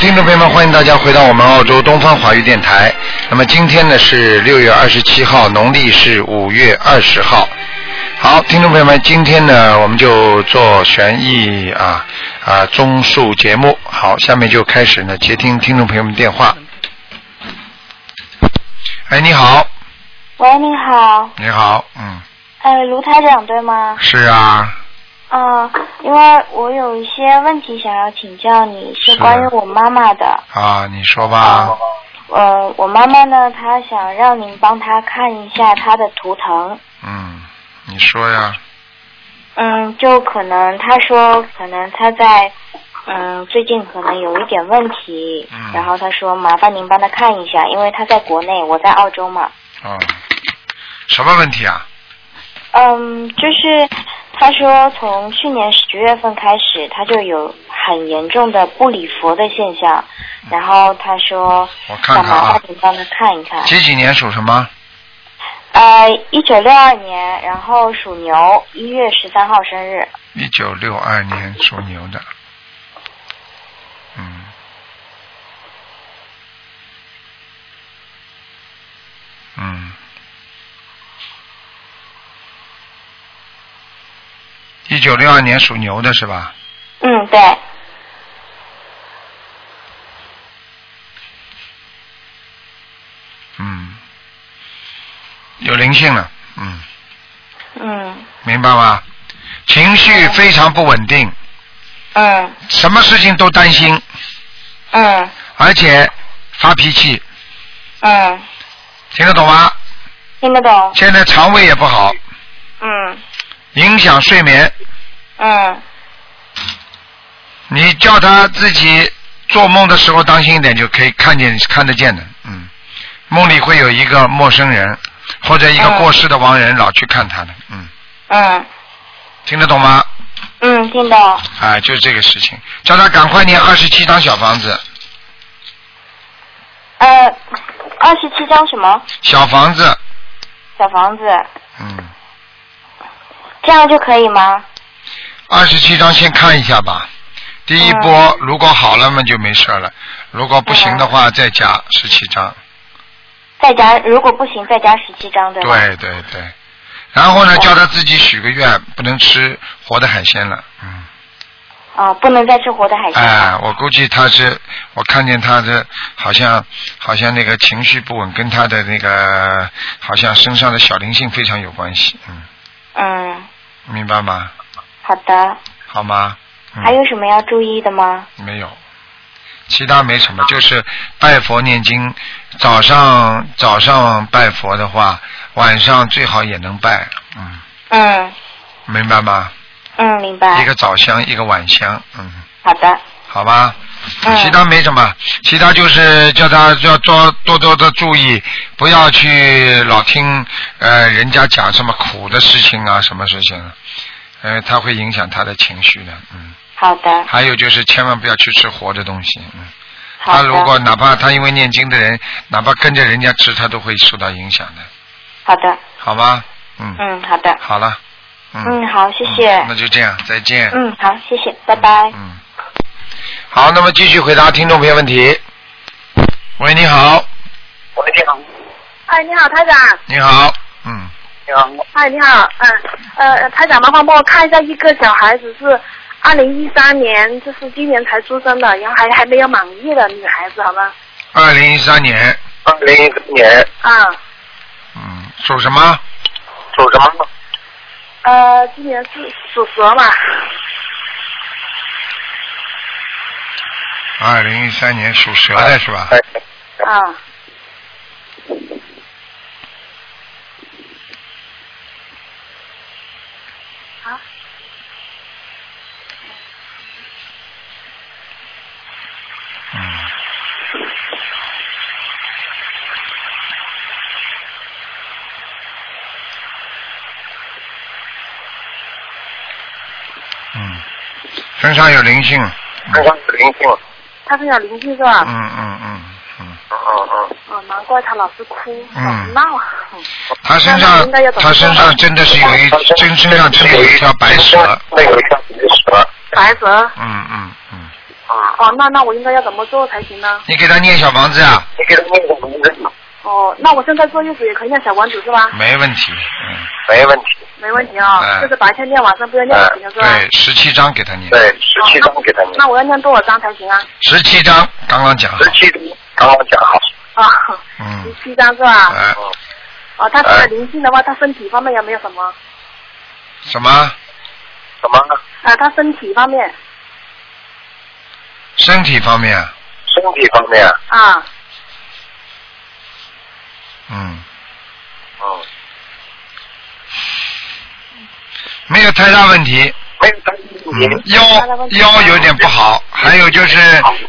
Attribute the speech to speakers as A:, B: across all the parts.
A: 听众朋友们，欢迎大家回到我们澳洲东方华语电台。那么今天呢是六月二十七号，农历是五月二十号。好，听众朋友们，今天呢我们就做悬疑啊啊综述节目。好，下面就开始呢接听听众朋友们电话。哎，你好，
B: 喂，你好，
A: 你好，嗯，
B: 哎，卢台长对吗？
A: 是啊，
B: 嗯、因为我有一些问题想要请教你，是
A: 是
B: 关于我妈妈的。
A: 啊，你说吧，
B: 呃，我妈妈呢，她想让您帮她看一下她的图腾。
A: 嗯，你说呀，
B: 嗯，就可能她说，可能她在，嗯，最近可能有一点问题，
A: 嗯
B: 然后她说麻烦您帮她看一下，因为她在国内，我在澳洲嘛。
A: 哦，什么问题啊？
B: 嗯，就是他说从去年十月份开始，他就有很严重的不礼佛的现象，然后他说
A: 我看
B: 想
A: 看
B: 麻
A: 啊
B: 烦，您帮他看一看。
A: 几几年属什么？
B: 呃，一九六二年，然后属牛，一月十三号生日。
A: 一九六二年属牛的，嗯，嗯，一九六二年属牛的是吧？
B: 嗯，对，
A: 嗯，有灵性了，嗯，
B: 嗯
A: 明白吗？情绪非常不稳定，
B: 嗯
A: 什么事情都担心，
B: 嗯
A: 而且发脾气，
B: 嗯，
A: 听得懂吗？
B: 听得懂。
A: 现在肠胃也不好，
B: 嗯
A: 影响睡眠。
B: 嗯
A: 你叫他自己做梦的时候当心一点，就可以看见看得见的。嗯，梦里会有一个陌生人或者一个过世的亡人老去看他的。嗯，
B: 嗯
A: 听得懂吗？
B: 嗯，听懂。
A: 啊，就是这个事情，叫他赶快念二十七张小房子，
B: 呃，二十七张什么
A: 小房子。
B: 小房子，
A: 嗯，
B: 这样就可以吗？
A: 二十七张先看一下吧。第一波
B: 嗯
A: 如果好了嘛就没事了，如果不行的话再加十七张。
B: 再加，如果不行，再加十七张，对吧？
A: 对对对，然后呢，
B: 哦
A: 叫他自己许个愿，不能吃活的海鲜了。嗯，
B: 啊，不能再吃活的海鲜
A: 哎
B: 了。，
A: 我估计他是，我看见他的好像好像那个情绪不稳，跟他的那个好像身上的小灵性非常有关系。嗯，
B: 嗯，
A: 明白吗？
B: 好的。
A: 好吗？嗯、
B: 还有什么要注意的吗？
A: 没有，其他没什么，就是拜佛念经。早上早上拜佛的话，晚上最好也能拜。嗯，
B: 嗯
A: 明白吗？
B: 嗯，明
A: 一
B: 白。
A: 个早香，一个晚香。嗯。
B: 好的。
A: 好吧，
B: 嗯
A: 其他没什么，其他就是叫他要多多多的注意，不要去老听呃人家讲什么苦的事情啊，什么事情，呃，他会影响他的情绪的，嗯。
B: 好的。
A: 还有就是千万不要去吃活的东西，嗯。
B: 好
A: 他
B: 的。
A: 如果哪怕他因为念经的人，哪怕跟着人家吃，他都会受到影响的，
B: 好的。
A: 好吗？嗯。
B: 嗯，好的。
A: 好了。嗯。
B: 嗯，好，谢谢。
A: 那就这样，再见。
B: 嗯，好，谢谢，拜拜。
A: 嗯。好，那么继续回答听众朋友问题。喂，你好，
C: 喂，你好。哎，你好，台长。
A: 你好，嗯，
C: 你好。
D: 哎，你好，嗯，呃，台长，麻烦帮我看一下一个小孩子是二零一三年，就是今年才出生的，然后还还没有满月的女孩子，好吗？
A: 二零一三年，
C: 二零一三年
D: 啊，
A: 嗯，属什么？
C: 属什么？
D: 呃，今年是属蛇嘛？
A: 二零一三年属蛇的是吧？
C: 哎，
D: 啊，
A: 嗯。嗯，身上有灵性，
B: 啊
C: 身上有灵性。
D: 她是有灵性是吧？
A: 嗯嗯嗯嗯，
C: 嗯嗯嗯。
D: 哦，难怪她老是哭，
A: 嗯
D: 老是闹。啊
A: 他身上
D: 应该要怎么
A: 他身上真的是有一真身上真的有一条白蛇，
C: 那有一条白蛇。
D: 白蛇，
A: 嗯嗯嗯，
C: 嗯，
D: 哦，那那我应该要怎么做才行呢？
A: 你给他念小房子啊，
C: 你给他念个名字，
D: 哦，那我现在坐月子也可以念小王子是吧？
A: 没问题，嗯，
C: 没问题。啊
D: 没问题啊、
A: 嗯
D: 就是白天念，晚上不要
A: 哎
D: 念就行了是吧？
A: 对，十七张给他念，
C: 对，十七张给他念
D: 那，我要念多少张才行啊？
A: 十七张，刚刚讲好，
C: 十七张刚刚讲好。
D: 啊，十
A: 嗯，
D: 七张是吧？
A: 哎，
C: 嗯，
D: 哦，他这个灵性的话，他身体方面有没有什么？
A: 什么？
C: 什么呢？
D: 啊，他身体方面
A: 身体方面啊，
C: 身体方面，
D: 啊，
A: 嗯，
C: 嗯，
A: 没有太大问题，
C: 没有担心
A: 嗯
C: 您，
A: 腰腰有点不好，还有就是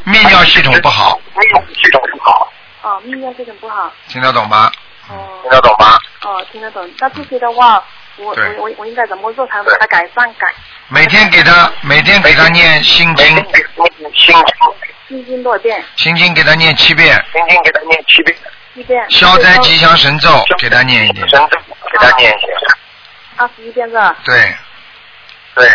A: 泌尿系统不好，，
C: 泌尿系统不好，
D: 哦，泌尿系统不好，
A: 听得懂吗？
C: 嗯听
D: 哦
C: 得懂吗？
D: 哦，听得懂。那这些的话，我
A: 对
D: 我我我应该怎么做才能把它改善改？
A: 每天给他每天给他念心
C: 每
A: 经
C: 天，给他念心经，
D: 心经多少遍？
A: 心经给他念七遍，
C: 心经给他念七遍，
D: 七遍。
A: 消灾吉祥神咒给他念一
C: 神
A: 点，
C: 咒给他念一下，
D: 二啊十一遍是吧？
A: 对，
C: 对，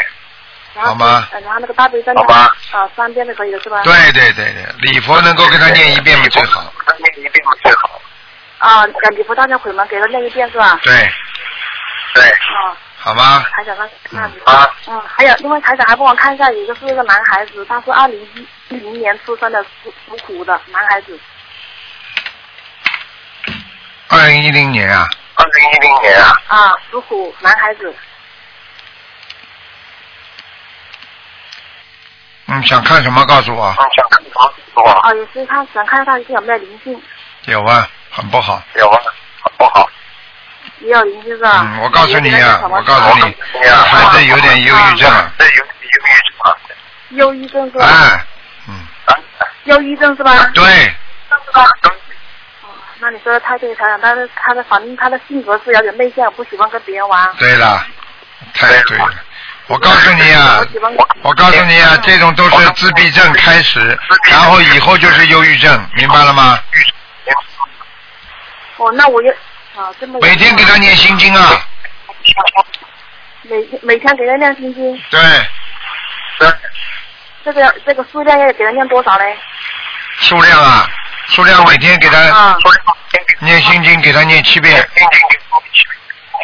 D: 然后
A: 好吗
D: 呃然后那个大悲咒
C: 好吧
D: 啊，三遍就可以了是吧？。
A: 啊对对对对，礼佛能够给他念一遍嘛最好，。
C: 他念一遍嘛最好，
D: 啊，感觉不到那悔吗？给他念一遍是吧？
A: 对，
C: 对，
D: 啊，
A: 好吗？
D: 台长那那你
C: 啊，
D: 嗯，还有，另外台长还帮我看一下，也就是一个男孩子，他是二零一零年出生的，属属虎的男孩子。
A: 二零一零年啊，
C: 二零一零年啊，
D: 啊，属虎男孩子，
A: 嗯，想看什么告诉我
C: 嗯，，想看房子不好，
D: 哦，也是看想看看有没有灵性，
A: 有啊，很不好，
C: 有啊吗？不好，
D: 也有灵性是吧？
A: 嗯，我告诉你
D: 有没有
A: 啊
D: 什，么
A: 我告诉你，
C: 啊
A: 孩子有点忧郁症，啊
C: 这有有没有什么？
D: 忧郁症是吧？
A: 哎，嗯，
C: 啊，
D: 忧郁症是吧？
A: 对，
D: 哦那你说的太对，台长，但是他的反正他的性格是有点内向，不喜欢跟别人玩。
A: 对了，太对了，我告诉你啊
D: 不，喜欢
A: 我告诉你啊，这种都是自闭症开始，然后以后就是忧郁症，明白了吗？
D: 哦，那我也啊，这么
A: 每天给他念心经啊，
D: 每天每天给他念心经，
A: 对，
D: 这个这个数量要给他念多少嘞？
A: 数量啊，数量每天给他
D: 啊，
A: 念心经，给他念七遍，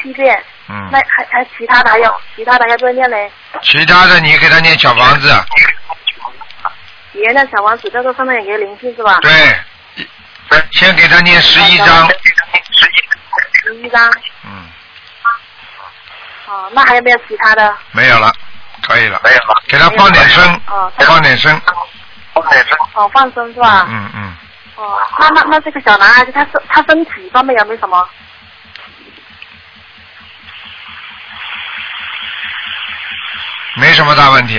D: 七遍。
A: 嗯
D: 那，还还其他的还有其他的要不要念嘞？
A: 其他的你给他念小房子，
D: 也要念小王子，这个上面也有灵性是吧？
A: 对，先给他念十一章，
D: 十一张。
A: 嗯，
D: 哦，那还有没有其他的？
A: 没有了，可以了，
C: 没有了，
A: 给他放点声，
D: 哦，
A: 放点声，
C: 我本身
D: 哦，放生是吧？
A: 嗯嗯，
D: 哦，那那那这个小男孩子，他身他身体方面有没有什么？
A: 没什么大问题，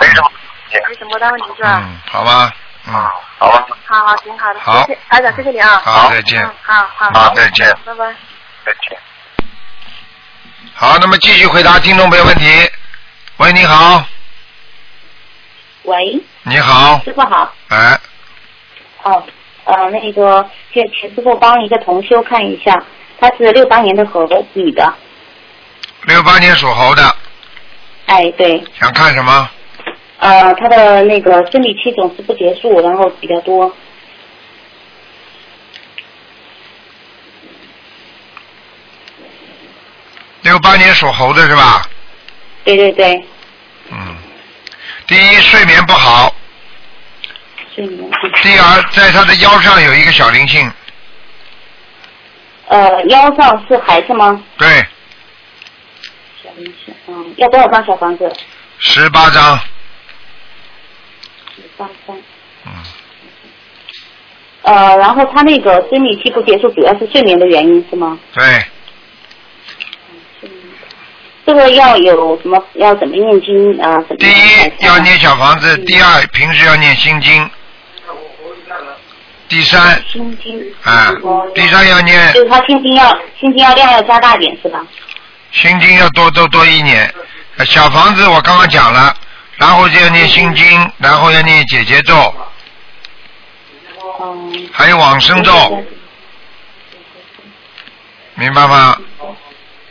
C: 没什么，
D: 没什么大问题是吧？
A: 嗯，好吧，嗯。
C: 好吧，
D: 好好，行，好的，
A: 好
D: 谢谢，台长，谢谢你啊。
A: 好再见
D: 嗯好好
A: 好再见
D: 拜拜。
C: 再见。
A: 好，那么继续回答听众朋友问题。喂，你好，
E: 喂，
A: 你好，
E: 师傅好。
A: 哎，
E: 哦，呃，那个，请请师傅帮一个同修看一下，她是六八年的猴女的。
A: 六八年属猴的，
E: 哎，对，
A: 想看什么？
E: 呃，她的那个生理期总是不结束，然后比较多。
A: 六八年属猴的是吧？
E: 对对对，
A: 嗯。第一，睡眠不好；
E: 睡眠。
A: 第二，在他的腰上有一个小灵性，
E: 呃，腰上是孩子吗？
A: 对，
E: 小灵性，嗯，要多少张小房子？
A: 十八张，
E: 八张。
A: 嗯，
E: 呃，然后她那个生理期不结束，主要是睡眠的原因是吗？
A: 对，
E: 这个要有什么？要怎么念经啊？怎么
A: 第一要念小房子，
E: 嗯
A: 第二平时要念心经，第三
E: 心经
A: 啊、第三要念
E: 就是他心经要心经要量要加大点是吧？
A: 心经要多多多一年，呃小房子我刚刚讲了，然后就要念心经，然后要念解结咒，
E: 嗯。
A: 还有往生咒，明白吗？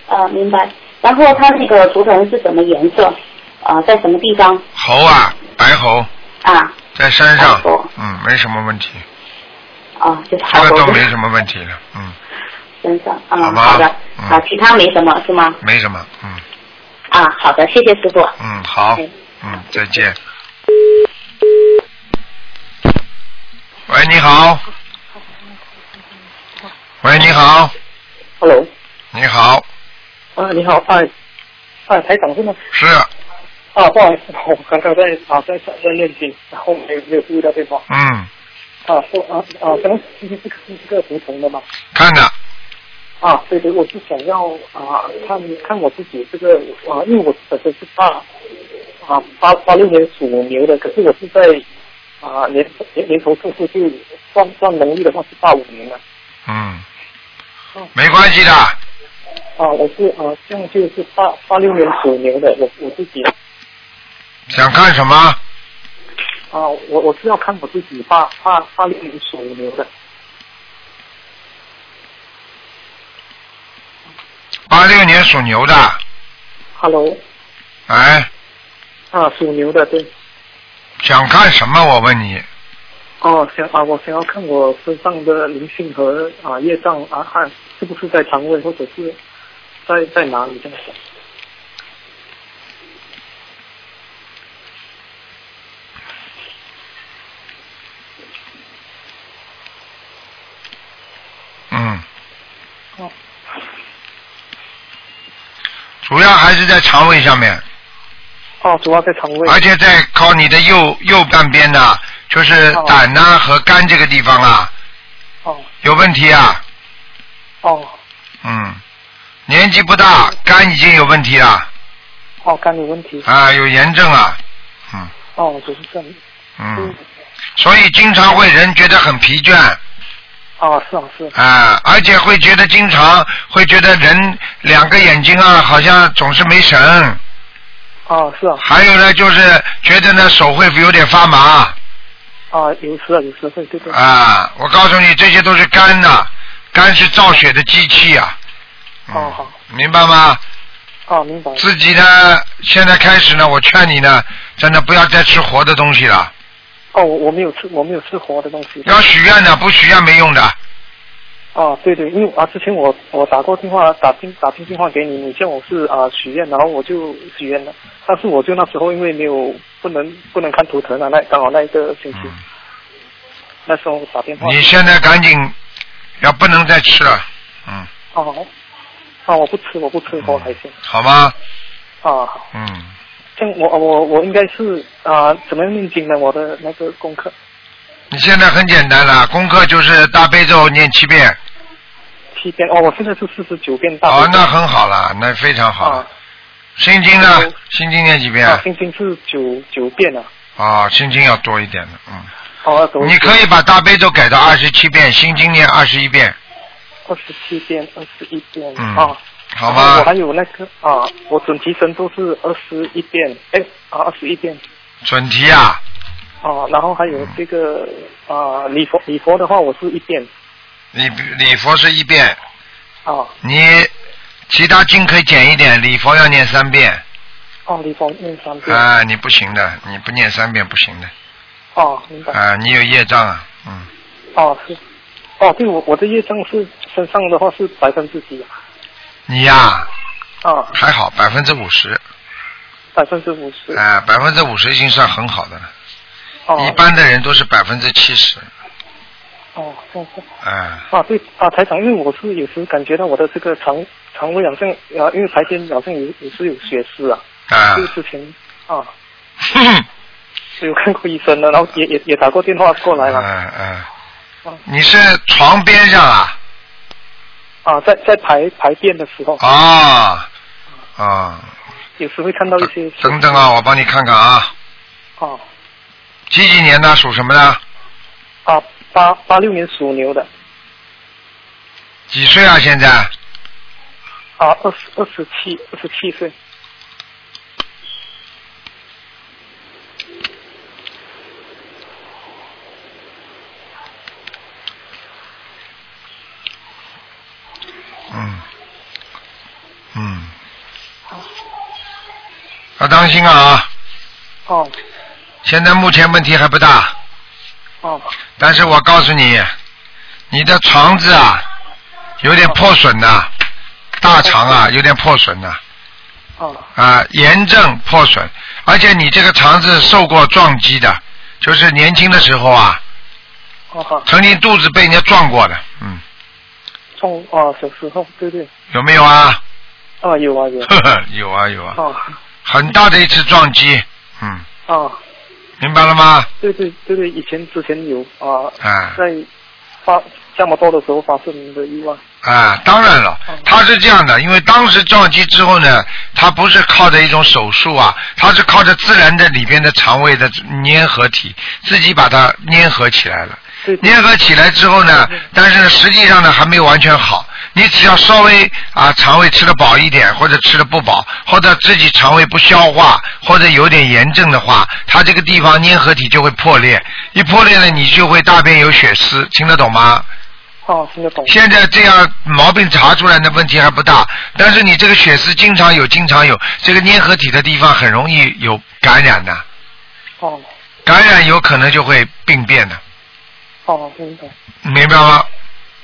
E: 呃，明白。然后他那呃个图腾是什么颜色？啊、在什么地方
A: 猴啊，白猴，
E: 啊？
A: 在山上
E: 好多，
A: 嗯，没什么问题，
E: 啊，就是
A: 这
E: 好
A: 个
E: 多
A: 都
E: 个
A: 没什么问题了，嗯，
E: 身上，
A: 好
E: 嗯，
A: 吧
E: 好的，
A: 嗯
E: 啊，其他没什么是吗？
A: 没什么，嗯
E: 啊，好的，谢谢师傅。
A: 嗯，好
E: 嗯，
A: 嗯，再见。喂，你好。喂，你好，
F: Hello，
A: 你好，
F: 啊，你好，哎，哎，台长是吗？
A: 是，
F: 啊，不好意思，我刚刚在啊在在在念经，然后没有没有注意到电话。
A: 嗯，
F: 啊，说啊啊，刚刚今天是是这个图腾的嘛？
A: 看的，
F: 啊，对对，我是想要啊看看我自己这个啊，因为我本身是八啊八八六年属牛的，可是我是在啊年年年头正数就算算农历的话是八五年了。
A: 嗯，
F: 哦
A: 没关系的，
F: 啊，我是啊这样就是八八六年属牛的，我我自己
A: 想看什么？
F: 啊，我我是要看我自己八八八六年属牛的。
A: 八六年属牛的，
F: Hello，
A: 哎，
F: 啊，属牛的对。
A: 想看什么？我问你，
F: 哦，想啊，我想要看我身上的灵性和啊业障啊，看是不是在肠胃或者是在在哪里这样子。
A: 嗯
F: 哦，
A: 主要还是在肠胃上面，
F: 哦，主要在肠胃。
A: 而且在靠你的右右半边呐，就是
F: 哦
A: 胆呐、和肝这个地方啊，
F: 哦
A: 有问题啊，
F: 哦
A: 嗯，年纪不大，肝已经有问题了，
F: 哦，肝有问题。
A: 啊，有炎症啊，嗯
F: 哦，就是这样。
A: 嗯，所以经常会人觉得很疲倦，
F: 啊，是啊是啊。
A: 啊，而且会觉得经常会觉得人两个眼睛啊，好像总是没神。
F: 啊是啊
A: 还有呢，就是觉得呢手会有点发麻
F: 啊，有时啊有时对对对。
A: 啊。我告诉你，这些都是肝呐、肝是造血的机器啊。嗯
F: 哦好。
A: 明白吗？
F: 啊，明白。
A: 自己呢，现在开始呢，我劝你呢，真的不要再吃活的东西了，
F: 哦，我我没有吃我没有吃活的东西。
A: 要许愿的，不许愿没用的。
F: 哦，对对，因为啊，之前我我打过电话，打听打听电话给你，你叫我是啊、许愿，然后我就许愿了，但是我就那时候因为没有不能不能看图腾啊，那刚好那一个星期，
A: 嗯
F: 那时候我打电话，
A: 你现在赶紧，要不能再吃了，嗯，
F: 哦，啊，我不吃，我不吃活海鲜，
A: 好吗？
F: 啊，好
A: 嗯。
F: 这样我我我应该是啊、怎么样念经呢？我的那个功课
A: 你现在很简单了，功课就是大悲咒念七遍，
F: 七遍，哦，我现在是四十九遍大悲
A: 哦，
F: 咒，
A: 那很好了，那非常好了。
F: 啊
A: 心经呢
F: 嗯？
A: 心经念几遍？
F: 啊，
A: 啊、
F: 心经是九九遍啊，
A: 心经要多一点的，嗯。
F: 哦，走
A: 你可以把大悲咒改到二十七遍，心经念二十一遍，
F: 二十七遍，二十一遍，
A: 嗯
F: 啊。
A: 好
F: 然后
A: 吗
F: 我？还有那个啊，我准提神咒是二十一遍，哎啊二十一遍
A: 准提啊，
F: 啊，然后还
A: 嗯
F: 有这个啊礼佛礼佛的话我是一遍
A: 礼礼佛是一遍，
F: 啊
A: 你其他经可以减一点，礼佛要念三遍。
F: 哦、礼佛念三遍啊
A: 啊，你不行的，你不念三遍不行的，
F: 明白
A: 啊，你有业障啊，嗯，
F: 哦、是哦对我我的业障是身上的话是百分之几
A: 你呀、
F: 啊
A: 还好百分之五十，
F: 百分之五十
A: 哎，百分之五十已经算很好的了，
F: 哦
A: 一般的人都是百分之七十，
F: 哦这样子
A: 哎，
F: 啊对啊台长，因为我是有时感觉到我的这个肠肠胃好像啊因为白天好像有有时有血丝啊，
A: 啊
F: 就，之前啊
A: 哼
F: 是有看过医生的，然后也也也打过电话过来了。
A: 嗯
F: 哦
A: 嗯，你是床边上啊？
F: 啊，在在排排便的时候，
A: 啊啊，
F: 有时会看到一些
A: 等等啊，我帮你看看啊，
F: 啊
A: 几几年的属什么的？
F: 啊八八六年属牛的
A: 几岁啊？现在
F: 啊，二十二十七二十七岁
A: 嗯嗯，啊要当心啊，
F: 哦
A: 现在目前问题还不大，
F: 哦，
A: 但是我告诉你，你的肠子啊有点破损呐、大肠啊有点破损呐、
F: 哦，
A: 啊，炎症破损，而且你这个肠子受过撞击的，就是年轻的时候啊，
F: 哦，好，
A: 曾经肚子被人家撞过的，嗯，
F: 从哦小时候，对对，
A: 有没有啊？
F: 啊有啊有啊，
A: 呵 呵，有啊有啊，
F: 哦
A: 很大的一次撞击，嗯，
F: 哦，
A: 明白了吗？
F: 对对对对，以前之前有啊，
A: 啊
F: 在发加么多的时候发生的意外，
A: 啊，当然了，
F: 哦
A: 他是这样的，因为当时撞击之后呢，他不是靠着一种手术啊，他是靠着自然的里边的肠胃的粘合体自己把它粘合起来了。
F: 对对
A: 粘合起来之后呢，但是呢，实际上呢还没有完全好。你只要稍微啊肠胃吃得饱一点，或者吃得不饱，或者自己肠胃不消化，或者有点炎症的话，它这个地方粘合体就会破裂，一破裂呢，你就会大便有血丝，听得懂吗？
F: 哦听得懂，
A: 现在这样毛病查出来的问题还不大，但是你这个血丝经常有，经常有，这个粘合体的地方很容易有感染的，
F: 哦
A: 感染有可能就会病变的，
F: 哦明白，
A: 明白吗？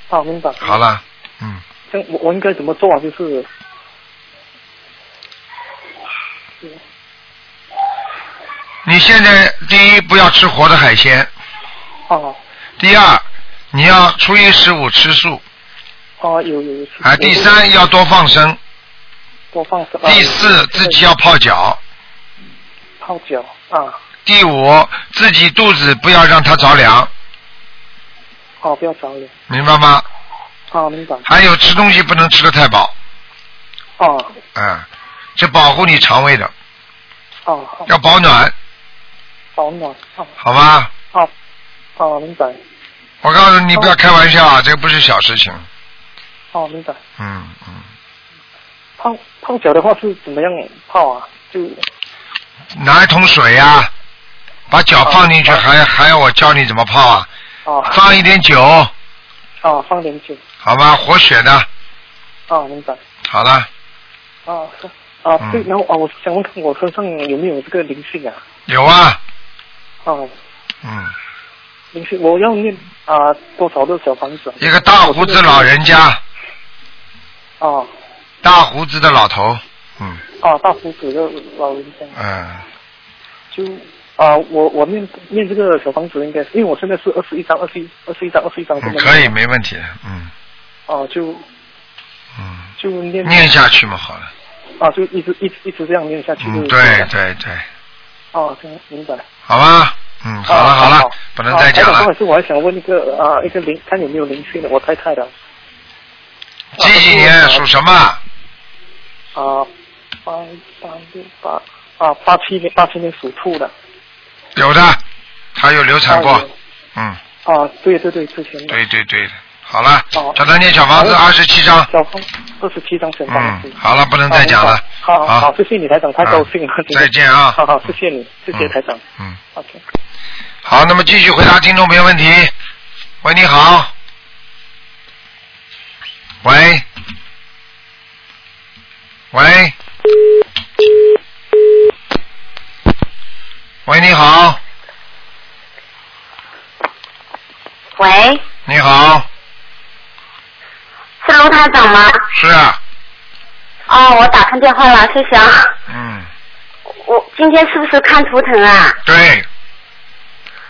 F: 啊明白，
A: 好了，嗯，
F: 这样我我应该怎么做啊？就是
A: 你现在第一不要吃活的海鲜，
F: 哦
A: 第二你要初一十五吃素
F: 哦有有有，
A: 啊，第三要多放生，
F: 多放手啊
A: 第四自己要泡脚，
F: 泡脚啊，
A: 第五自己肚子不要让它着凉，
F: 哦不要着凉，
A: 明白吗？
F: 啊明白，
A: 还有吃东西不能吃得太饱。
F: 哦
A: 嗯，这保护你肠胃的，
F: 哦好
A: 要保暖，
F: 保暖啊
A: 好吧？
F: 啊啊明白，
A: 我告诉你，不要开玩笑啊，这个不是小事情。
F: 哦明白。
A: 嗯嗯，
F: 泡泡脚的话是怎么样泡啊？就
A: 拿一桶水呀、把脚放进去，
F: 好
A: 还还要我教你怎么泡啊？
F: 啊
A: 放一点酒，
F: 啊放点酒
A: 好吧？活血的，
F: 啊，明白
A: 好了，
F: 啊是啊
A: 嗯
F: 对，然后啊我想问看我身上有没有这个灵性啊？
A: 有啊，
F: 啊
A: 嗯，
F: 灵性我要念啊多少的小房子啊？
A: 一个大胡子老人家，
F: 啊
A: 大胡子的老头，嗯
F: 啊大胡子的老人家
A: 嗯，
F: 就。啊，我我念念这个小房子应该是，因为我现在是二十一张、二十一、二十一张、二十一张这
A: 嗯
F: 么
A: 可以，
F: 念
A: 没问题的，嗯
F: 啊，就
A: 嗯，
F: 就念
A: 念下去嘛，好了，
F: 啊，就一直一直一直这样念下去。
A: 嗯，
F: 就
A: 对对对，
F: 哦，行，明白。
A: 好吧，嗯，好了
F: 啊
A: 好了，不能再讲
F: 啊台长不好
A: 了
F: 意。思，我还想问一个啊，一个零，看有没有零性的，我太太的
A: 几几年属什么？
F: 啊，八八六八啊，八七年八七年属兔的。
A: 有的，他有流产
F: 啊
A: 过。嗯，
F: 啊，对对对，之前的
A: 对对对的。好了
F: 哦，
A: 叫他念小房子
F: 好
A: 二十七张。
F: 小峰二十七张全房子
A: 嗯，。好了，不能再讲了。
F: 好好好，谢谢你台长，太啊高兴了
A: 嗯。
F: 今天
A: 再见啊
F: 好好，谢谢你，谢谢
A: 嗯
F: 台长。
A: 嗯，
F: OK。
A: 好，那么继续回答听众朋友问题。喂，你好。喂。喂。喂，你好，
G: 喂，
A: 你好，
G: 是卢台长吗？
A: 是啊，
G: 哦，我打通电话了，谢谢啊。
A: 嗯，
G: 我今天是不是看图腾啊？
A: 对，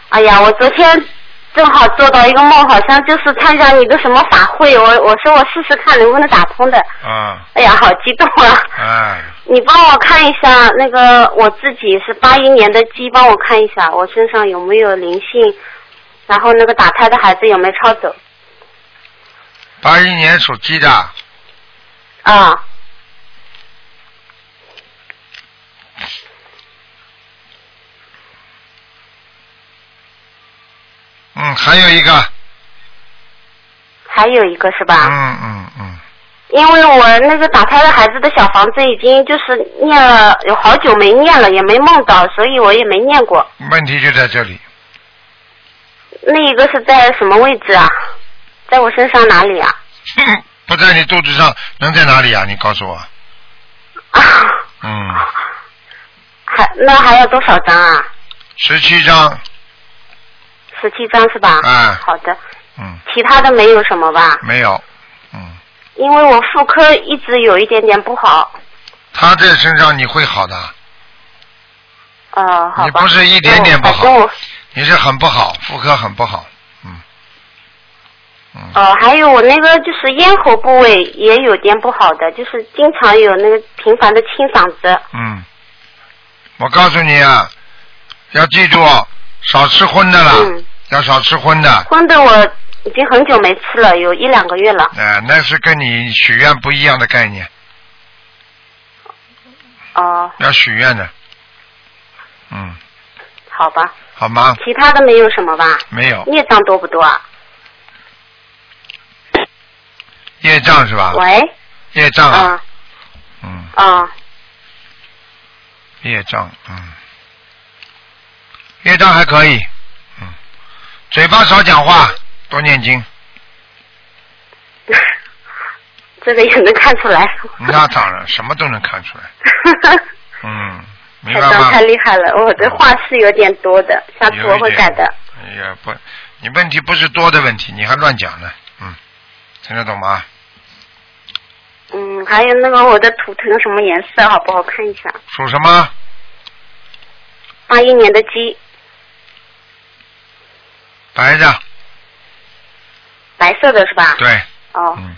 G: 哎呀，我昨天正好做到一个梦，好像就是参加一个什么法会，我我说我试试看能不能打通的。
A: 嗯，
G: 哎呀，好激动啊！
A: 哎，
G: 你帮我看一下那个我自己是八一年的鸡，帮我看一下我身上有没有灵性，然后那个打胎的孩子有没有超走？
A: 八一年属鸡的，
G: 啊、
A: 嗯，还有一个，
G: 还有一个是吧？
A: 嗯嗯嗯，
G: 因为我那个打胎的孩子的小房子已经就是念了有好久没念了，也没梦到，所以我也没念过。
A: 问题就在这里，
G: 那一个是在什么位置啊？在我身上哪里啊？
A: 不在你肚子上能在哪里啊？你告诉我，
G: 啊，
A: 嗯，
G: 还那还要多少张啊？
A: 十七张，
G: 十七张是吧？
A: 嗯
G: 好的，
A: 嗯，
G: 其他的没有什么吧？
A: 没有，嗯，
G: 因为我妇科一直有一点点不好。
A: 他在身上你会好的，
G: 呃，好吧。
A: 你不是一点点不好
G: 那我反正我
A: 你是很不好，妇科很不好，嗯，嗯，
G: 呃，还有我那个就是咽喉部位也有点不好的，就是经常有那个频繁的清嗓子。
A: 嗯，我告诉你啊，要记住少吃荤的啦，
G: 嗯，
A: 要少吃荤的，
G: 荤的我已经很久没吃了，有一两个月了。
A: 哎、那是跟你许愿不一样的概念，
G: 哦、
A: 要许愿的，嗯，
G: 好吧，
A: 好吗？
G: 其他的没有什么吧？
A: 没有
G: 孽障多不多啊？
A: 业障是吧？
G: 喂，
A: 业障啊，
G: 啊
A: 嗯，
G: 啊，
A: 业障，嗯，业障还可以，嗯，嘴巴少讲话，多念经，
G: 这个也能看出来。
A: 那当然什么都能看出来，嗯，没
G: 台
A: 办
G: 长
A: 法
G: 太，厉害了，我的话是有点多的，下次我会改的。
A: 哎呀，不，你问题不是多的问题，你还乱讲呢，嗯，听得懂吗？
G: 嗯，还有那个我的图腾什么颜色好不好看一下？
A: 属什么？
G: 八一年的鸡，
A: 白的，
G: 白色的是吧？。
A: 对，
G: 哦，
A: 嗯，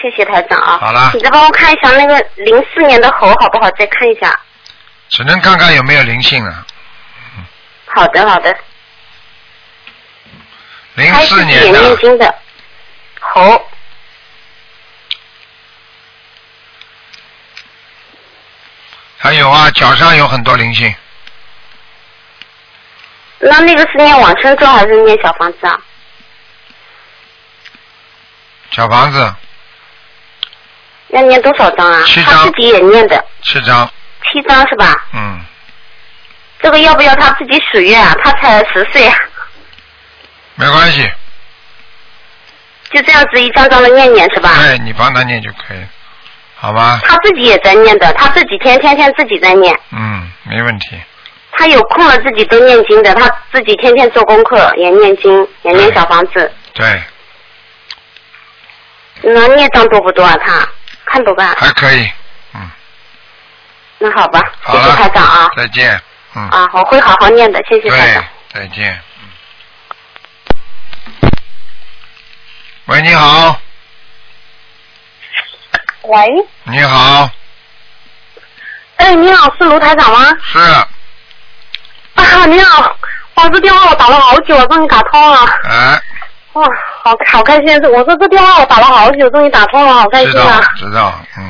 G: 谢谢台长啊。
A: 好啦
G: 你再帮我看一下那个零四年的猴好不好？再看一下。
A: 只能看看有没有灵性啊了。
G: 好的，好的。
A: 零
G: 他
A: 四
G: 自己
A: 年
G: 也念
A: 的，
G: 经的猴，
A: 还有啊，脚上有很多灵性，
G: 那那个是念往生咒还是念小房子啊？
A: 小房子
G: 要念多少张啊？
A: 七张
G: 他自己也念的，
A: 七张，
G: 七张是吧？
A: 嗯，
G: 这个要不要他自己许愿啊？他才十岁啊，
A: 没关系，
G: 就这样子一张张的念念是吧？
A: 对你帮他念就可以了，好吧？
G: 他自己也在念的，他这几天天天自己在念，
A: 嗯，没问题，
G: 他有空了自己都念经的，他自己天天做功课，也念经，也念小房子。
A: 对，
G: 那孽障多不多啊？他看不看？
A: 还可以，嗯，
G: 那好吧，
A: 好
G: 谢谢
A: 了
G: 台长啊，
A: 再见，嗯，
G: 啊，我会好好念的，谢谢台长
A: 对。，再见，嗯。喂，你好，
H: 喂，
A: 哎你好，
H: 哎，你好，是卢台长吗？
A: 是，
H: 啊，你好，哇，这电话我打了好久，我终于打通了，
A: 哎，
H: 哇，好好开心！我说这电话我打了好久，终于打通了，好开
A: 知
H: 心
A: 道
H: 啊！
A: 知道，嗯，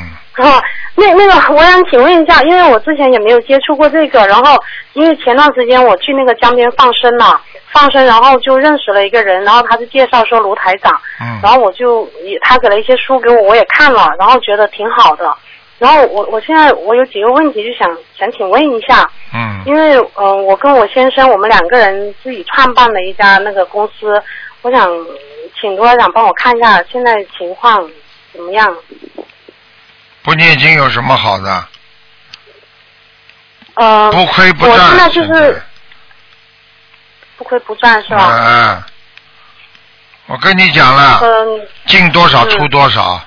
H: 啊， 那那个，我想请问一下，因为我之前也没有接触过这个，然后因为前段时间我去那个江边放生嘛，放生，然后就认识了一个人，然后他就介绍说卢台长，
A: 嗯
H: 然后我就也他给了一些书给我，我也看了，然后觉得挺好的，然后我我现在我有几个问题就想想请问一下，
A: 嗯
H: 因为嗯、呃我跟我先生我们两个人自己创办了一家那个公司，我想请卢台长帮我看一下现在情况怎么样。
A: 不念经有什么好的？
H: 呃，
A: 不亏不
H: 我
A: 占
H: 现，在就
A: 现
H: 是
A: 在
H: 不亏不赚是吧？
A: 嗯，我跟你讲了，
H: 嗯、
A: 进多少
H: 嗯
A: 出多少，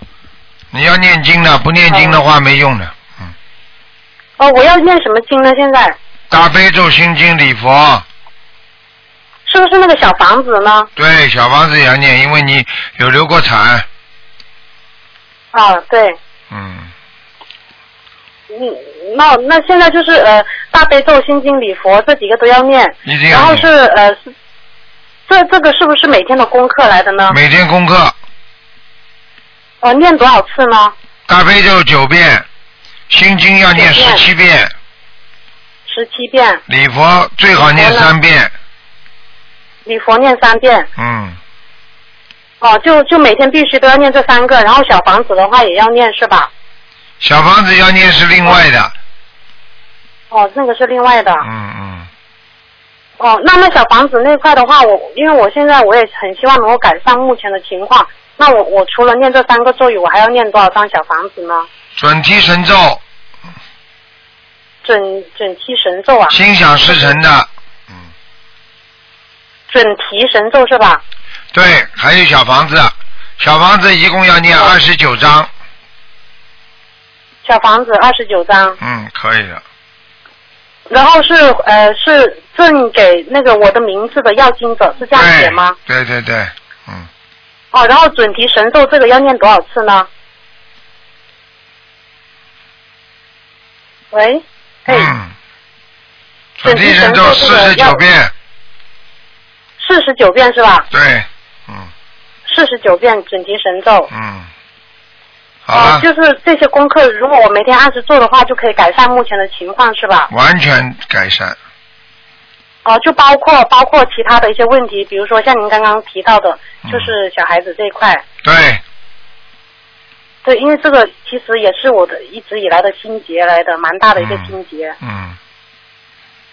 A: 你要念经的，不念经的话没用的。嗯，
H: 哦，我要念什么经呢？现在
A: 大悲咒、心经、礼佛，
H: 是不是那个小房子呢？
A: 对，小房子也要念，因为你有流过产。
H: 啊，对，
A: 嗯，
H: 嗯，那那现在就是呃，大悲咒、心经、礼佛这几个都要念，
A: 一定
H: 然
A: 要
H: 后是
A: 念。
H: 呃，是这这个是不是每天的功课来的呢？
A: 每天功课，
H: 呃，念多少次呢？
A: 大悲咒九遍，心经要念
H: 九
A: 十
H: 遍
A: 七遍，
H: 十七遍，
A: 礼佛最好念
H: 礼佛呢
A: 三遍。
H: 礼佛念三遍，
A: 嗯，
H: 哦，就就每天必须都要念这三个，然后小房子的话也要念是吧？
A: 小房子要念是另外的。
H: 哦，那个是另外的。
A: 嗯嗯，
H: 哦，那那小房子那块的话，我因为我现在我也很希望能够改善目前的情况。那我我除了念这三个咒语，我还要念多少张小房子呢？
A: 准提神咒，
H: 准准提神咒啊，
A: 心想事成的。嗯。
H: 准提神咒是吧？
A: 对，还有小房子，小房子一共要念二十九章，
H: 小房子二十九张，
A: 嗯，可以的，
H: 然后是呃是赠给那个我的名字的要经者，是这样写
A: 对
H: 吗？？
A: 对对对，嗯，
H: 哦，然后准提神咒这个要念多少次呢？喂，嘿，
A: 嗯，准
H: 准提
A: 提
H: 神
A: 神
H: 咒
A: 咒
H: 这
A: 四
H: 个
A: 十
H: 要
A: 九遍，
H: 四十九遍是吧？
A: 对，嗯
H: 四十九遍准提神咒。
A: 嗯，好
H: 哦、
A: 了，
H: 就是这些功课，如果我每天按时做的话，就可以改善目前的情况，是吧？
A: 完全改善，
H: 哦、就包括包括其他的一些问题，比如说像您刚刚提到的，
A: 嗯
H: 就是小孩子这一块。
A: 对，
H: 对，因为这个其实也是我的一直以来的心结来的，蛮大的一个心结。
A: 嗯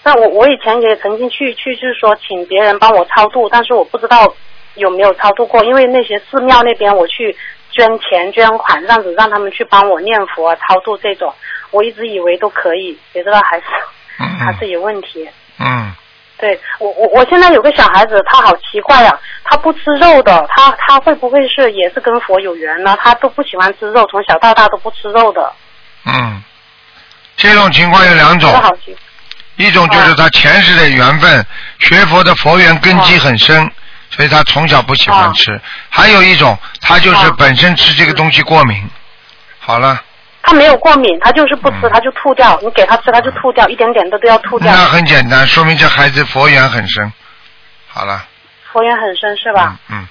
H: 那我我以前也曾经去去，就是说请别人帮我超度，但是我不知道有没有超度过，因为那些寺庙那边我去捐钱捐款，这样子让他们去帮我念佛超度这种，我一直以为都可以，谁知道还是
A: 嗯
H: 还是有问题。
A: 嗯
H: 对我我我现在有个小孩子，他好奇怪啊，他不吃肉的，他他会不会是也是跟佛有缘呢？他都不喜欢吃肉，从小到大都不吃肉的，
A: 嗯，这种情况有两
H: 我
A: 种，
H: 好奇。
A: 一种就是他前世的缘分，学佛的佛缘根基很深，所以他从小不喜欢吃；还有一种，他就是
H: 啊
A: 本身吃这个东西过敏。好了，
H: 他没有过敏，他就是不吃，
A: 嗯
H: 他就吐掉。你给他吃，他就吐掉，一点点的都要吐掉
A: 那。很简单，说明这孩子佛缘很深。好了，
H: 佛缘很深是吧？
A: 嗯？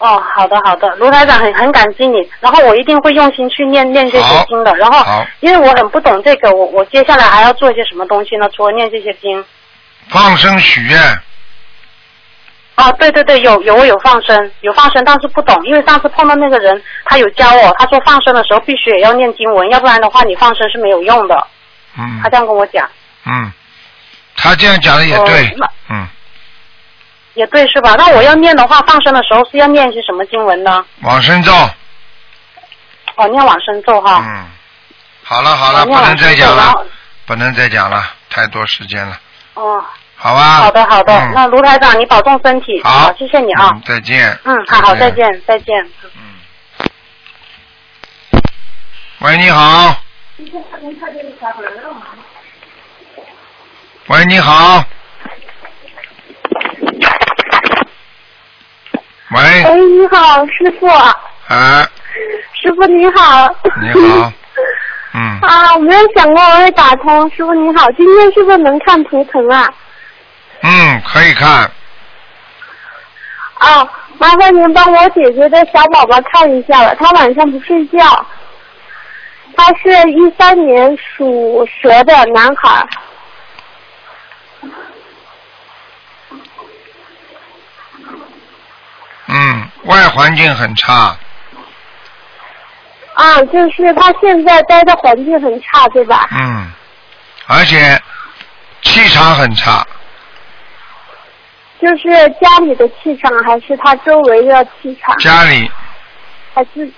H: 哦，好的好的，卢台长很很感激你，然后我一定会用心去念念这些经的。然
A: 嗯，
H: 后
A: 好，
H: 因为我很不懂这个，我我接下来还要做一些什么东西呢？除了念这些经？
A: 放生许愿，
H: 哦，对对对，有有我有放生，有放生，但是不懂，因为上次碰到那个人，他有教我，他说放生的时候必须也要念经文，要不然的话你放生是没有用的。
A: 嗯
H: 他这样跟我讲，
A: 嗯，他这样讲的也对
H: 哦那，
A: 嗯，
H: 也对是吧？那我要念的话，放生的时候是要念一些什么经文呢？
A: 往生咒，
H: 哦，念往生咒哈。
A: 嗯，好了好了，
H: 哦
A: 不
H: 念
A: 能
H: 往
A: 再
H: 生咒，
A: 讲
H: 然
A: 了
H: 后，
A: 不能再讲了，太多时间了，
H: 哦，
A: 好吧？
H: 好的好的，
A: 嗯
H: 那卢台长你保重身体，
A: 好
H: 谢谢你啊
A: 嗯，，再见。
H: 嗯，好好，再。见再见。
A: 喂，你好。喂，你好。喂，
I: 喂，你好，师傅，
A: 哎，
I: 师傅你好。
A: 你好。嗯，
I: 啊，我没有想过我会打通，师傅你好，今天是不是能看图腾啊？
A: 嗯，可以看，
I: 啊，麻烦您帮我姐姐的小宝宝看一下了，他晚上不睡觉。他是一三年属蛇的男孩，
A: 嗯，外环境很差，
I: 啊，就是他现在待的环境很差，对吧？
A: 嗯，而且气场很差，
I: 就是家里的气场还是他周围的气场，
A: 家里，
I: 还是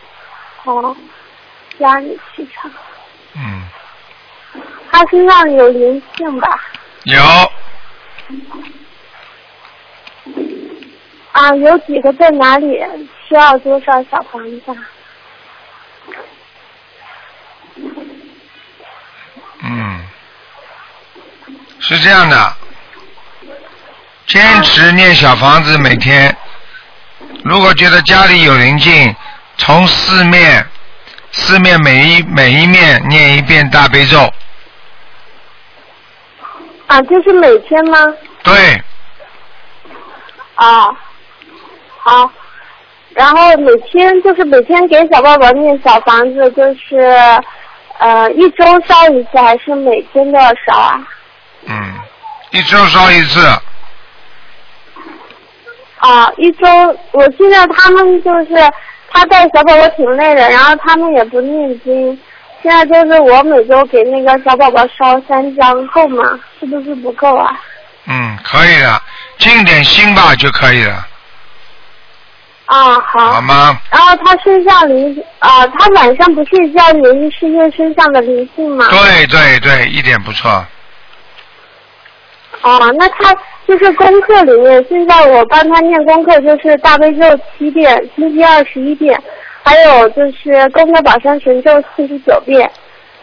I: 哦，家里气场，
A: 嗯，
I: 他身上有灵性吧？
A: 有，
I: 啊，有几个在哪里？需要多少小房子？啊？
A: 嗯，是这样的，坚持念小房子每天。如果觉得家里有灵性，从四面四面每一每一面念一遍大悲咒。
I: 啊，就是每天吗？
A: 对，
I: 啊，好。然后每天就是每天给小宝宝念小房子，就是呃一周烧一次，还是每天都要烧啊？
A: 嗯，一周烧一次，
I: 啊，一周，我记得他们就是他带小宝宝挺累的，然后他们也不念经。现在就是我每周给那个小宝宝烧三张，够吗？是不是不够啊？
A: 嗯，可以的，尽点心吧就可以了，
I: 啊，
A: 好吗？
I: 然后他身上灵啊、他晚上不睡觉，原因是因为身上的灵性嘛。
A: 对对对，一点不错，
I: 哦，那他就是功课里面，现在我帮他念功课就是大悲咒七遍，心经二十一遍，还有就是功德宝山神咒四十九遍，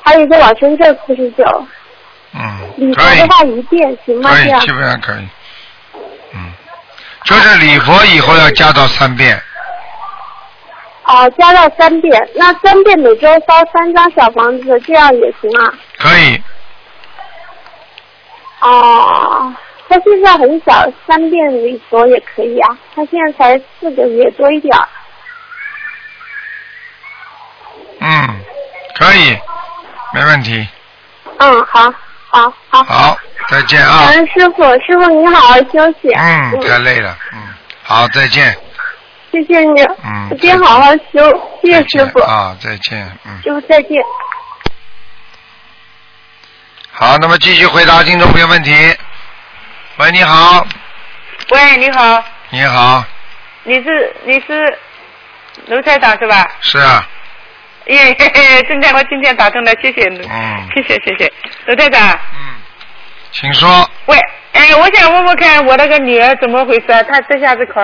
I: 还有一个往生咒四十九，
A: 嗯，
I: 礼佛
A: 可以
I: 的话一遍行吗？
A: 可
I: 这样
A: 以，基本上可以，嗯，就是礼佛以后要加到三遍，
I: 哦，加到三遍，那三遍每周烧三张小房子，这样也行啊？
A: 可以，
I: 哦，他现在很小，三遍礼佛也可以啊。他现在才四个月多一点儿。
A: 嗯，可以，没问题。
I: 嗯，好，好，好。
A: 好，再见啊。
I: 嗯，师傅，师傅您好好休息。
A: 嗯，太累了，嗯，好，再见，
I: 谢谢你，
A: 嗯
I: 我今天好好休，谢谢师傅，
A: 啊，再见，嗯，
I: 师傅再见。
A: 好，那么继续回答听众朋友问题。喂，你好，
J: 喂，你好，
A: 你好，
J: 你是你是卢台长是吧？
A: 是啊，
J: 耶，嘿嘿真的，我今天打通了，谢谢卢，
A: 嗯，
J: 谢谢谢谢卢台长。
A: 请说，
J: 喂，哎，我想问问看我那个女儿怎么回事啊？她这下子考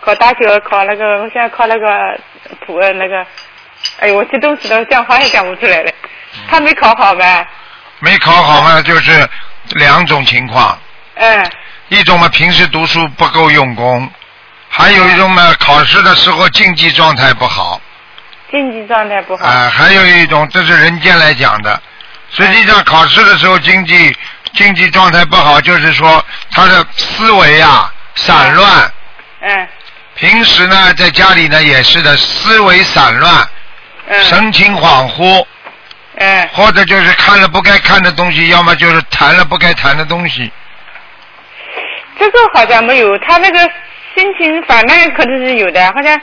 J: 考大学，考那个，我现在考那个普呃那个，哎呦，我激动死了，讲话也讲不出来了。她没考好呗？
A: 没考好嘛，就是两种情况，
J: 嗯，
A: 一种嘛平时读书不够用功，还有一种嘛考试的时候竞技状态不好，
J: 经济状态不好。
A: 啊、还有一种，这是人间来讲的。实际
J: 哎
A: 上，考试的时候经济经济状态不好，就是说他的思维啊散乱。
J: 嗯。
A: 平时呢，在家里呢也是的，思维散乱，
J: 哎
A: 神情恍惚。
J: 嗯。
A: 或者就是看了不该看的东西，要么就是谈了不该谈的东西。
J: 这个好像没有，她那个心情反乱可能是有的，好像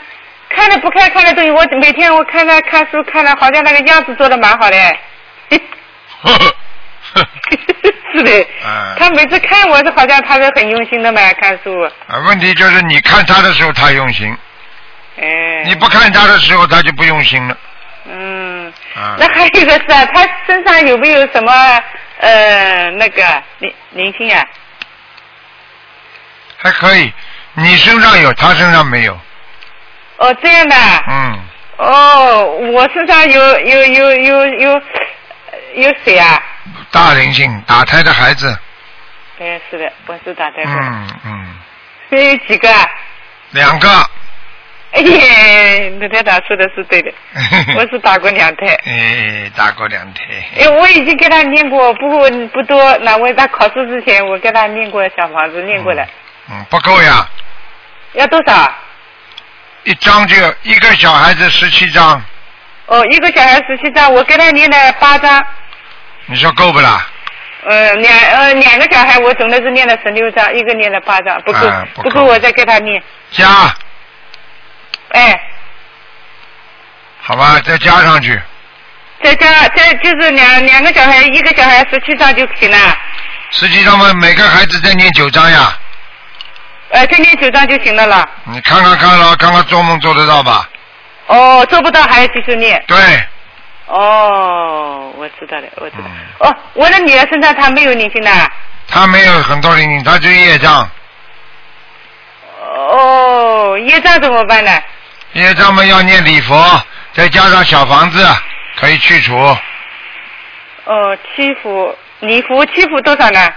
J: 看了不看看了东西，我每天我看她看书看了，好像那个样子做的蛮好的。 哎 是的，
A: 嗯。
J: 她每次看我是好像她是很用心的嘛，看书。
A: 啊，问题就是你看他的时候他用心，
J: 哎。
A: 你不看他的时候他就不用心了。
J: 嗯，
A: 啊。
J: 那还有一个是啊，她身上有没有什么呃那个灵灵性啊？
A: 还可以，你身上有，他身上没有。
J: 哦，这样的啊。
A: 嗯，
J: 哦，我身上有有有有有有谁啊？
A: 大灵性，打胎的孩子。
J: 哎，是的，我是打胎过的。
A: 嗯嗯，
J: 还有几个啊？
A: 两个。
J: 哎耶，刘台长说的是 对的，我是打过两胎。
A: 哎，打过两胎。
J: 哎，我已经给他念过，不过不多。那我在考试之前，我给他念过小房子，念过了，
A: 嗯，不够呀，
J: 要多少？
A: 一张就一个小孩子十七张，
J: 哦，一个小孩十七张，我给他念了八张。
A: 你说够不啦？
J: 呃，两呃两个小孩，我总的是念了十六张，一个念了八张，不够，
A: 啊不够
J: 够，我再给他念。
A: 加，
J: 哎，
A: 好吧，再加上去。
J: 再加再就是两两个小孩，一个小孩十七张就行了，
A: 实际上嘛，每个孩子再念九张呀，
J: 呃，再念九张就行了啦。
A: 你看看看了，看看做梦做得到吧？
J: 哦，做不到还要继续念。
A: 对。
J: 哦，我知道了，我知道。哦，我的女儿身上她没有灵性的。啊
A: 他没有很多灵性，他就业障，
J: 哦，业障怎么办呢？
A: 业障嘛要念礼佛，再加上小房子可以去除。
J: 哦，七福，礼服七福多少呢？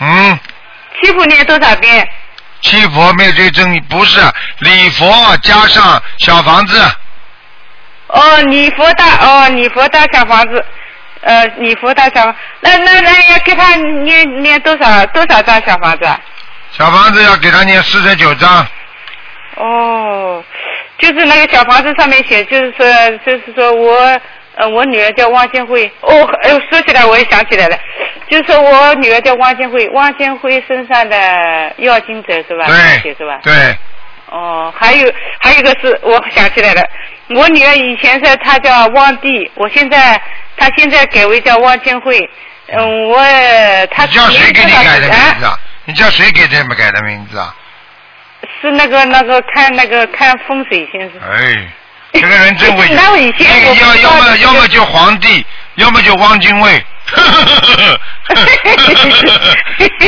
A: 嗯，
J: 七福念多少遍？
A: 七佛灭罪真不是啊礼佛啊加上小房子，啊
J: 哦，礼佛大哦，礼佛大小房子，呃，礼佛大小，那那那要给他念念多少多少张小房子啊？
A: 小房子要给他念四十九章，
J: 哦，就是那个小房子上面写，就是说，就是说我，呃，我女儿叫汪建慧。哦，哎呦，说起来我也想起来了，就是说我女儿叫汪建慧，汪建慧身上的药精者是吧？
A: 对
J: 写是吧？
A: 对，
J: 哦，还有还有一个是，我想起来了，我女儿以前是她叫汪娣，我现在她现在改为叫汪建慧。嗯，我她
A: 你叫谁给你改的
J: 啊
A: 名字啊？你叫谁给他们改的名字啊？
J: 是那个那个看那个看风水先生。
A: 哎，这个人真会讲。
J: 那我以前
A: 哎
J: 我不知道
A: 要要么
J: 这个
A: 要么就皇帝，要么就汪精卫。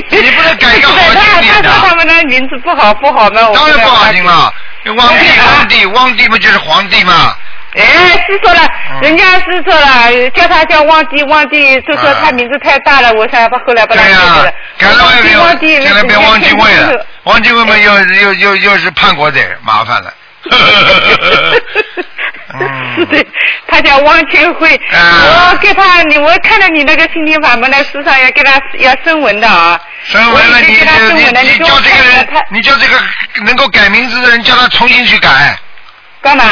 A: 你不能 改一个好听
J: 他
A: 点
J: 他
A: 的。
J: 说他们的名字不好不好嘛，我
A: 当然
J: 就
A: 不好听了。
J: 我
A: 汪帝，汪 帝，汪帝不就是皇帝吗？
J: 哎，是说
A: 嗯
J: 了，人家是说了，叫他叫汪迪，汪迪就
A: 嗯
J: 说他名字太大了，我想把后来把他改了。改
A: 哎
J: 了汪迪，汪迪，
A: 现在变汪精卫 了，汪精卫嘛又又又又是叛国贼，麻烦了。
J: 是的，他叫汪千惠。
A: 嗯
J: 我给他，你我看到你那个心灵法门的书上要给他要声纹的啊。
A: 声纹了，
J: 我已
A: 你
J: 经给他声纹了，
A: 你
J: 你
A: 你
J: 给我
A: 叫这
J: 看
A: 个
J: 看
A: 人，你叫这个能够改名字的人，叫他重新去改。
J: 干嘛？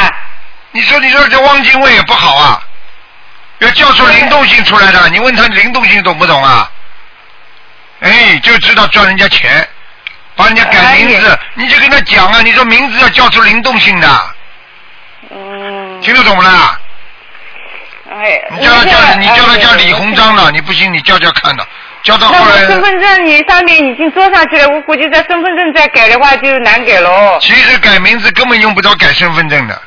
A: 你说你说这汪精卫也不好啊，要叫出灵动性出来的。你问他灵动性懂不懂啊？哎，就知道赚人家钱，帮人家
J: 哎
A: 改名字，你就跟他讲啊，你说名字要叫出灵动性的。嗯。听得懂不啦？
J: 哎，
A: 你叫他
J: 我
A: 叫你叫他
J: 哎
A: 叫李鸿章了，你不信你叫叫看的，叫到
J: 那
A: 后
J: 我
A: 来。
J: 身份证你上面已经做上去了，我估计这身份证再改的话就难改喽。
A: 其实改名字根本用不着改身份证的，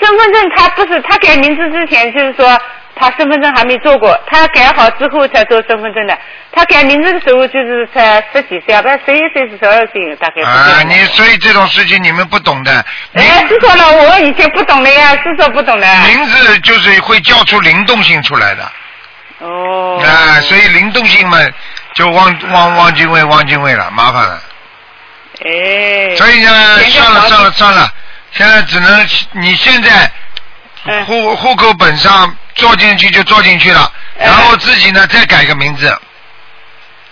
J: 身份证他不是他改名字之前就是说他身份证还没做过，他改好之后才做身份证的。他改名字的时候就是才十几岁啊，不是十一岁是十二岁大概是这样的。
A: 啊，你所以这种事情你们不懂的，
J: 哎，是说了，我以前不懂的呀，是说不懂的。
A: 名字就是会叫出灵动性出来的。
J: 哦。
A: 啊，所以灵动性嘛，就汪汪汪精卫汪精卫了，麻烦了。
J: 哎。
A: 所以呢，
J: 人家
A: 算了
J: 房子
A: 算了算了，现在只能你现在户户口本上做进去就做进去了，然后自己呢再改个名字，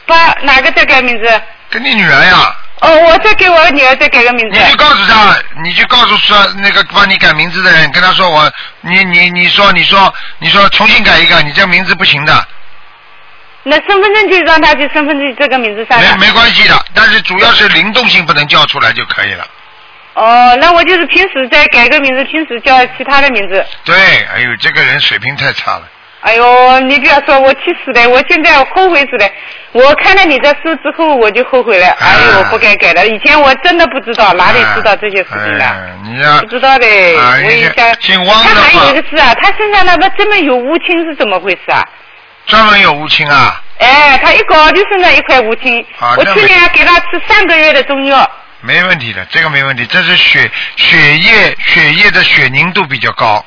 J: 爸，哪个再改名字？
A: 跟你女儿呀。
J: 哦，我再给我女儿再改个名字。
A: 你就告诉他，你就告诉说那个帮你改名字的人，跟他说我，你你你说你说你说重新改一个，你这名字不行的，
J: 那身份证就让他就身份证这个名字上啊了。
A: 没没关系的，但是主要是灵动性不能叫出来就可以了。
J: 哦，那我就是平时再改个名字，平时叫其他的名字。
A: 对，哎呦，这个人水平太差了。
J: 哎呦，你不要说，我气死了！我现在后悔死了。我看了你的书之后，我就后悔
A: 啊
J: 了。哎呦，我不该改了。以前我真的不知道，哪里知道这些事情的？
A: 哎，你呀
J: 不，知道的。
A: 哎
J: 我一下，
A: 姓汪
J: 他
A: 的
J: 还有
A: 话
J: 一个事啊，他身上那个这么有乌青是怎么回事啊？
A: 专门有无情啊，
J: 哎，他一搞就身上一块乌青。
A: 啊
J: 我
A: 那
J: 去
A: 没
J: 年给他吃三个月的中药。
A: 没问题的，这个没问题，这是血血液血液的血凝度比较高。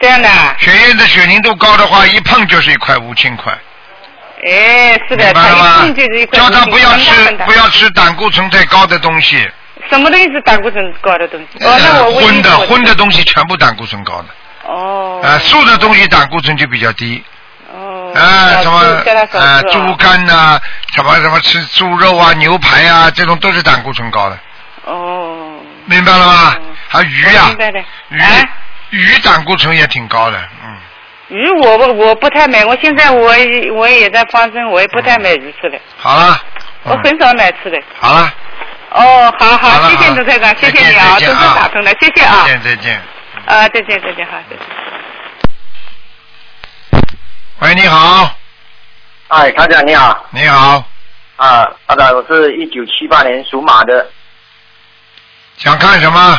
J: 这样的。啊
A: 血液的血凝度高的话，一碰就是一块无情块。
J: 哎，是的，
A: 明白了吗
J: 他一碰就是一块乌
A: 叫
J: 青。
A: 他不要
J: 很大
A: 吃
J: 很大
A: 不要吃胆固醇太高的东西，
J: 什么东西是胆固醇高的东西？哦，那
A: 呃
J: 我问
A: 荤
J: 你
A: 的
J: 我
A: 荤的东西全部胆固醇高的。
J: 哦。
A: 啊，素的东西胆固醇就比较低。
J: 哦。
A: 啊，什么
J: 叫他少
A: 啊，
J: 吃哦
A: 猪肝呐、什么什么吃猪肉啊、牛排啊，这种都是胆固醇高的，
J: 哦，哎
A: 明白了吗？还有鱼
J: 我
A: 啊
J: 明，白的。
A: 鱼、鱼胆固醇也挺高的，嗯，
J: 鱼我不我不太买，我现在我也我也在放生，我也不太买鱼吃的，
A: 好了，
J: 我很少买吃的。
A: 好了，
J: 哦，好
A: 嗯好了
J: 谢谢卢台长，
A: 再
J: 谢
A: 见
J: 谢你啊，
A: 再
J: 总
A: 见
J: 算
A: 啊
J: 打通了，谢谢啊
A: 再，见再见。
J: 啊，再见再见，好，再见。
A: 喂，你好，
K: 哎，台长你好
A: 你好，
K: 啊，台长，我是一九七八年属马的，
A: 想看什么？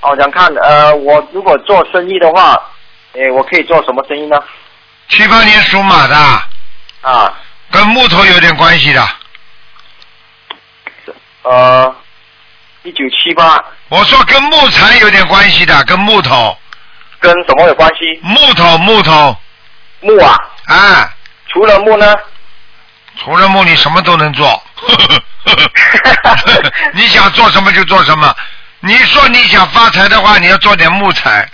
K: 哦，想看呃，我如果做生意的话，诶，我可以做什么生意呢？
A: 七八年属马的，
K: 啊，
A: 跟木头有点关系的。
K: 呃，一九七八
A: 我说跟木材有点关系的，跟木头。
K: 跟什么有关系？
A: 木头，木头。
K: 木啊。
A: 啊。
K: 除了木呢？
A: 除了木，你什么都能做。 你想做什么就做什么。你说你想发财的话，你要做点木材。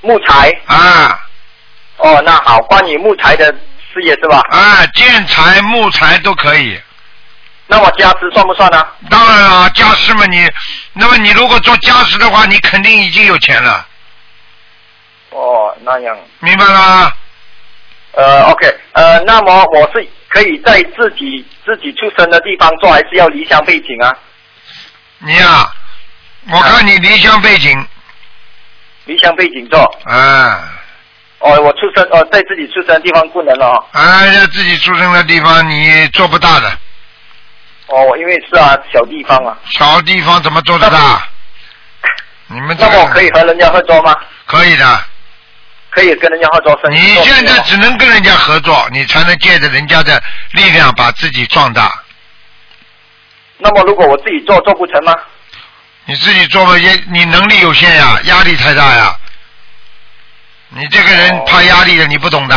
K: 木材。
A: 啊。
K: 哦，那好，关于木材的事业是吧？
A: 啊，建材、木材都可以。
K: 那我家私算不算呢、
A: 当然了，家事嘛，你，那么你如果做家事的话，你肯定已经有钱了，
K: 哦，那样。
A: 明白了吗？
K: 呃，OK，呃，那么我是可以在自己自己出生的地方做，还是要离乡背景啊？
A: 你呀、我看你离乡背景，
K: 离乡背景做。
A: 啊。
K: 哦，我出生哦，在自己出生的地方不能了哦。
A: 啊，在自己出生的地方你做不大的，
K: 哦，因为是啊，小地方啊。
A: 小地方怎么做得大？你们这
K: 那
A: 个
K: 么我可以和人家合作吗？
A: 可以的，
K: 可以跟人家合作生意。
A: 你现在只能跟人家合作，你才能借着人家的力量把自己壮大。
K: 那么如果我自己做做不成吗？
A: 你自己做吧，也你能力有限呀，压力太大呀。你这个人怕压力的，你不懂的。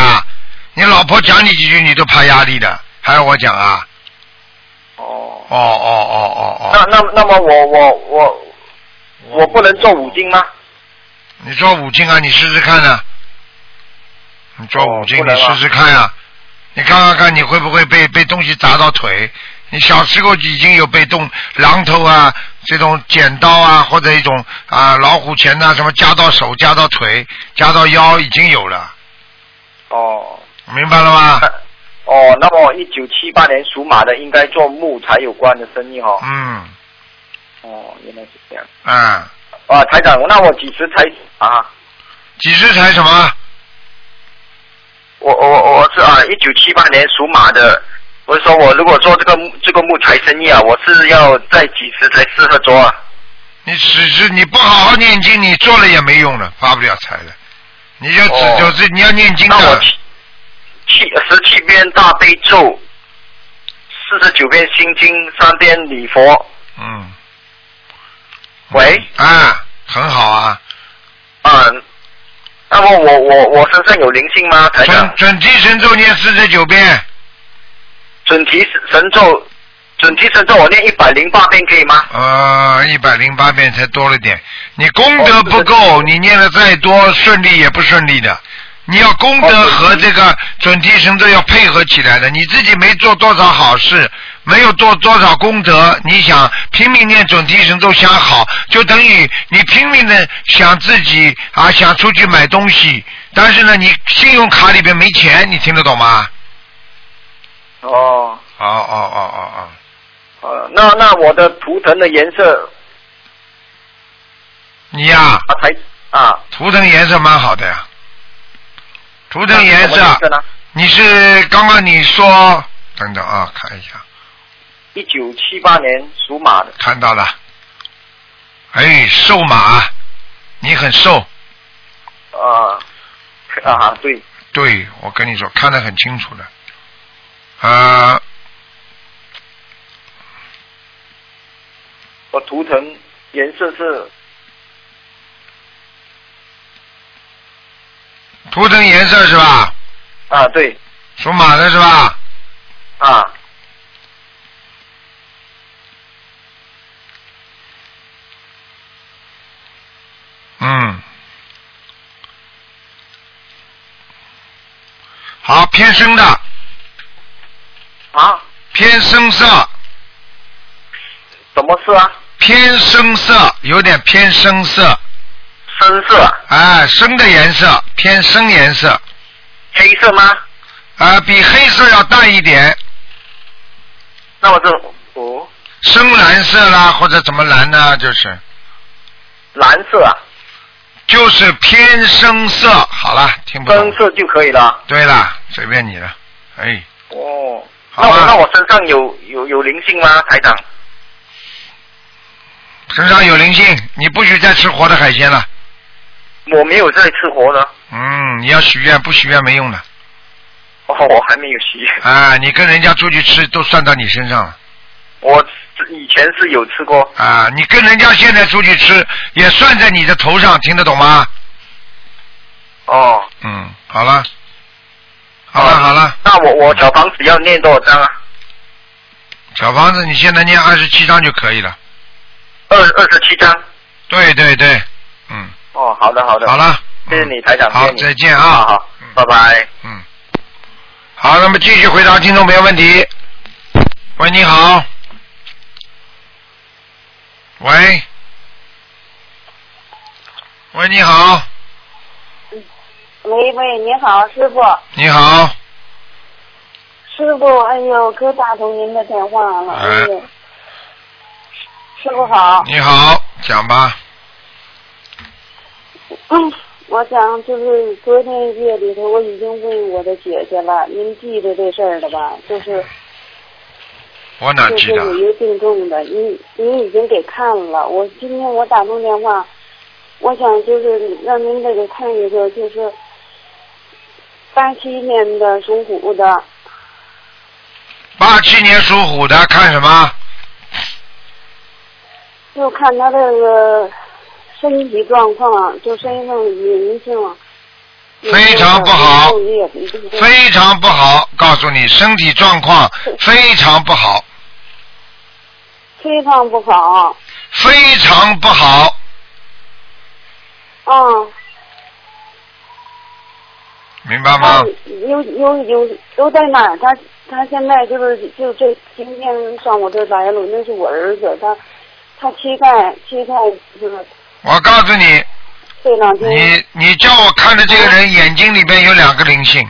A: 你老婆讲你几句，你都怕压力的，还要我讲啊？
K: 哦
A: 哦哦哦哦
K: 那那那么我我我我不能做五金吗？
A: 你做五金啊，你试试看呢、你做五金，
K: 不能
A: 你
K: 啊
A: 试试看呀、你看看看你会不会被被东西砸到腿？你小时候已经有被动榔头啊，这种剪刀啊，或者一种啊老虎钳呐、什么夹到手、夹到腿、夹到腰已经有了，
K: 哦
A: 明白了吗？
K: 哦，那么一九七八年属马的应该做木材有关的生意哈、哦。
A: 嗯
K: 哦，原来是这样。
A: 啊，
K: 啊，台长，那我几时才啊？
A: 几时才什么？
K: 我我我是啊，一九七八年属马的。我是说我如果做这个木这个木材生意啊，我是要在几时才适合做啊？
A: 你只是你不好好念经，你做了也没用了，发不了财的。你就只
K: 哦
A: 就是你要念经
K: 那我
A: 的，
K: 七七十七遍大悲咒，四十九遍心经，三遍礼佛。
A: 嗯，
K: 喂，
A: 啊，很好啊。
K: 嗯，那么我我我身上有灵性吗？台长？
A: 准准提神咒念四十九遍，
K: 准提神咒，准提神咒我念一百零八遍可以吗？
A: 呃，一百零八遍才多了点。你功德不够，你念的再多，顺利也不顺利的。你要功德和这个准提神咒要配合起来的。你自己没做多少好事，没有做多少功德，你想拼命念准提神咒想好，就等于你拼命的想自己啊想出去买东西，但是呢你信用卡里边没钱，你听得懂吗？
K: 哦，
A: 哦哦哦哦哦，
K: 好了，呃那那我的图腾的颜色
A: 你呀、
K: 啊台啊，
A: 图腾颜色蛮好的呀，图腾颜
K: 那什么颜色
A: 色
K: 呢，
A: 你是刚刚你说，等等啊，看一下，
K: 一九七八年属马的，
A: 看到了，哎，瘦马，你很瘦，
K: 啊啊对，
A: 对我跟你说，看得很清楚的，啊，
K: 我图腾颜色是
A: 图腾颜色是吧？
K: 啊对
A: 属马的是吧？
K: 啊
A: 嗯，好，偏深的，
K: 啊
A: 偏深色，
K: 什么色啊？
A: 偏深色，有点偏深色。
K: 深色啊
A: 啊，深的颜色偏深颜色，
K: 黑色吗？
A: 啊，比黑色要淡一点，
K: 那我是哦
A: 深蓝色啦，或者怎么蓝呢？就是
K: 蓝色啊，
A: 就是偏深色。好了，听不
K: 深
A: 懂。
K: 色就可以了。
A: 对了，随便你了。哎，
K: 哦，
A: 好
K: 那我
A: 吧
K: 那我身上有有有灵性吗？台长？
A: 身上有灵性，你不许再吃活的海鲜了。
K: 我没有在吃活的，
A: 嗯，你要许愿，不许愿没用的。
K: 哦，
A: 嗯
K: 我还没有洗。
A: 啊，你跟人家出去吃都算到你身上了。
K: 我以前是有吃过，
A: 啊，你跟人家现在出去吃也算在你的头上，听得懂吗？
K: 哦，
A: 嗯，好了，好了，好了。
K: 那我我小房子要念多少张啊？
A: 小房子，你现在念二十七章就可以了。
K: 二二十七张。
A: 对对对，嗯，
K: 哦，好的好的。
A: 好了，嗯
K: 谢谢你台长，
A: 好
K: 谢谢你
A: 再见啊
K: 好好，拜拜。
A: 嗯，好，那么继续回答听众朋友问题。喂，你好。喂，喂，你好，
L: 喂喂，你好，师傅，
A: 你好，
L: 师傅，哎呦，可打通您的电话了，哎呦，师傅好，
A: 你好，讲吧。
L: 嗯， 我想就是昨天夜里头我已经问我的姐姐了，您记着这事儿了吧？就是
A: 我哪
L: 就
A: 记
L: 是
A: 得
L: 有？一个病重的，您您已经给看了，我今天我打通电话，我想就是让您再给看一个，就是八七年的属虎的，
A: 八七年属虎的，看什么？
L: 就看他这个身体状况，就身上灵性
A: 非常不好，
L: 也不是
A: 非常不好，告诉你，身体状况非常不好，
L: 非常不好。
A: 非常不好，
L: 嗯，
A: 明白吗？
L: 有有有都在哪儿？他他现在就是就这今天上我这来了，那是我儿子，他他膝盖膝盖就是
A: 我告诉你，
L: 这两天
A: 你你叫我看的这个人眼睛里边有两个灵性，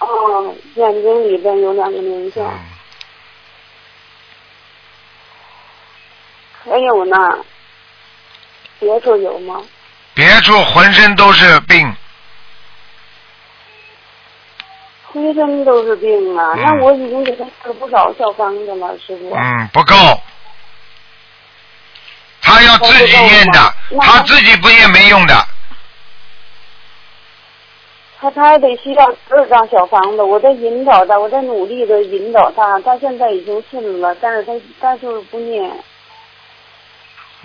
L: 哦，眼睛里边有两个零件。
A: 嗯
L: 还有呢，别处有吗？
A: 别处浑身都是病，
L: 浑身都是病啊！
A: 嗯
L: 那我已经给他吃了不少小方子了，师傅。
A: 嗯，不够。他要自己验的，他自己不验没用的，
L: 他他还得需要十二张小房子，我在引导他，我在努力的引导他，他现在已经信了，但是他他就是不念。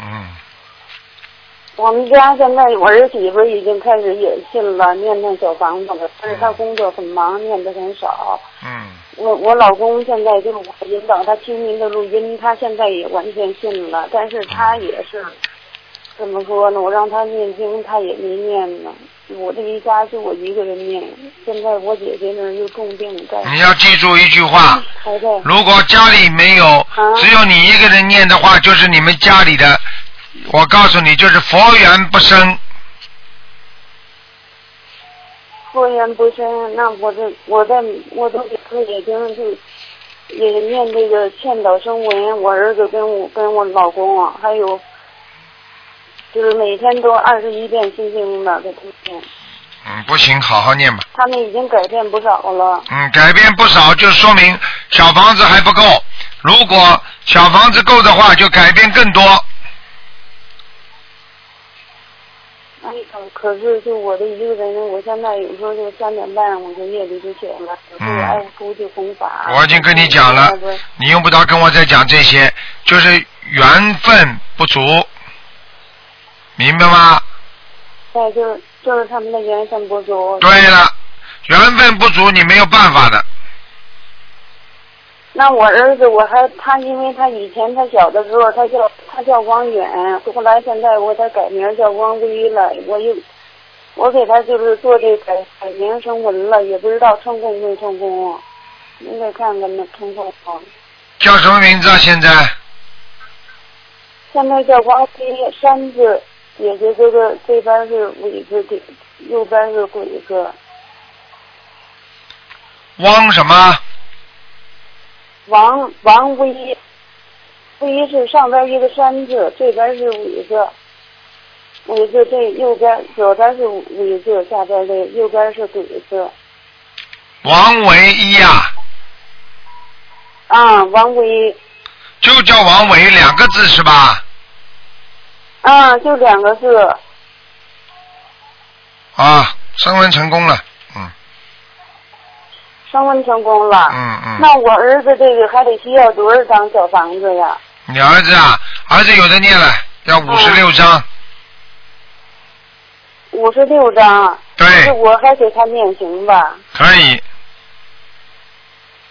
A: 嗯，
L: 我们家现在我儿媳妇已经开始也信了，念念小房子了，但是他工作很忙，念的很少。
A: 嗯，
L: 我我老公现在就是我引导他听您的录音，他现在也完全信了，但是他也是怎么说呢？我让他念经，他也没念呢。我这一家就我一个人念，现在我姐姐那儿又重病在，
A: 你要记住一句话，
L: 还在。
A: 如果家里没有，只有你一个人念的话，就是你们家里的，我告诉你，就是佛缘不生，
L: 佛缘不深，那我这我在我都给自己经就也念这个劝导声闻，我儿子跟我跟我老公啊，还有就是每天都二十一遍心经的给他们念，
A: 嗯，不行，好好念吧。
L: 他们已经改变不少了。
A: 嗯，改变不少，就说明小房子还不够。如果小房子够的话，就改变更多。
L: 哎呀，可是就我这一个人，我现在有时候就三点半我就夜里就起来了，有时候我爱出去弘法。
A: 嗯我已经跟你讲
L: 哎
A: 了，你用不着跟我再讲这些，就是缘分不足，明白吗？
L: 再就是就是他们的缘分不足。
A: 对了，缘分不足你没有办法的，
L: 那我儿子，我还他，因为他以前他小的时候，他叫他叫汪远，后来现在我给他改名叫汪归了，我又我给他就是做这改改名成文了，也不知道成功没成功啊，您给看看那成功吗？
A: 叫什么名字啊？现在
L: 现在叫汪归，山字也是这个这边是尾字，这右边是鬼字，
A: 汪什么？
L: 王王归，归是上边一个山字，这边是尾字，尾字这右边左边是尾字，下边这右边是鬼字。
A: 王维一啊，
L: 啊，王归，
A: 就叫王维两个字是吧？
L: 啊，就两个字。
A: 啊，升温成功了，
L: 升温成功了。
A: 嗯嗯。
L: 那我儿子这个还得需要多少张小房子呀？
A: 你儿子啊，儿子有的念了，要五十六章，
L: 五十六张。
A: 对
L: 那我还给他念行吧。
A: 可以。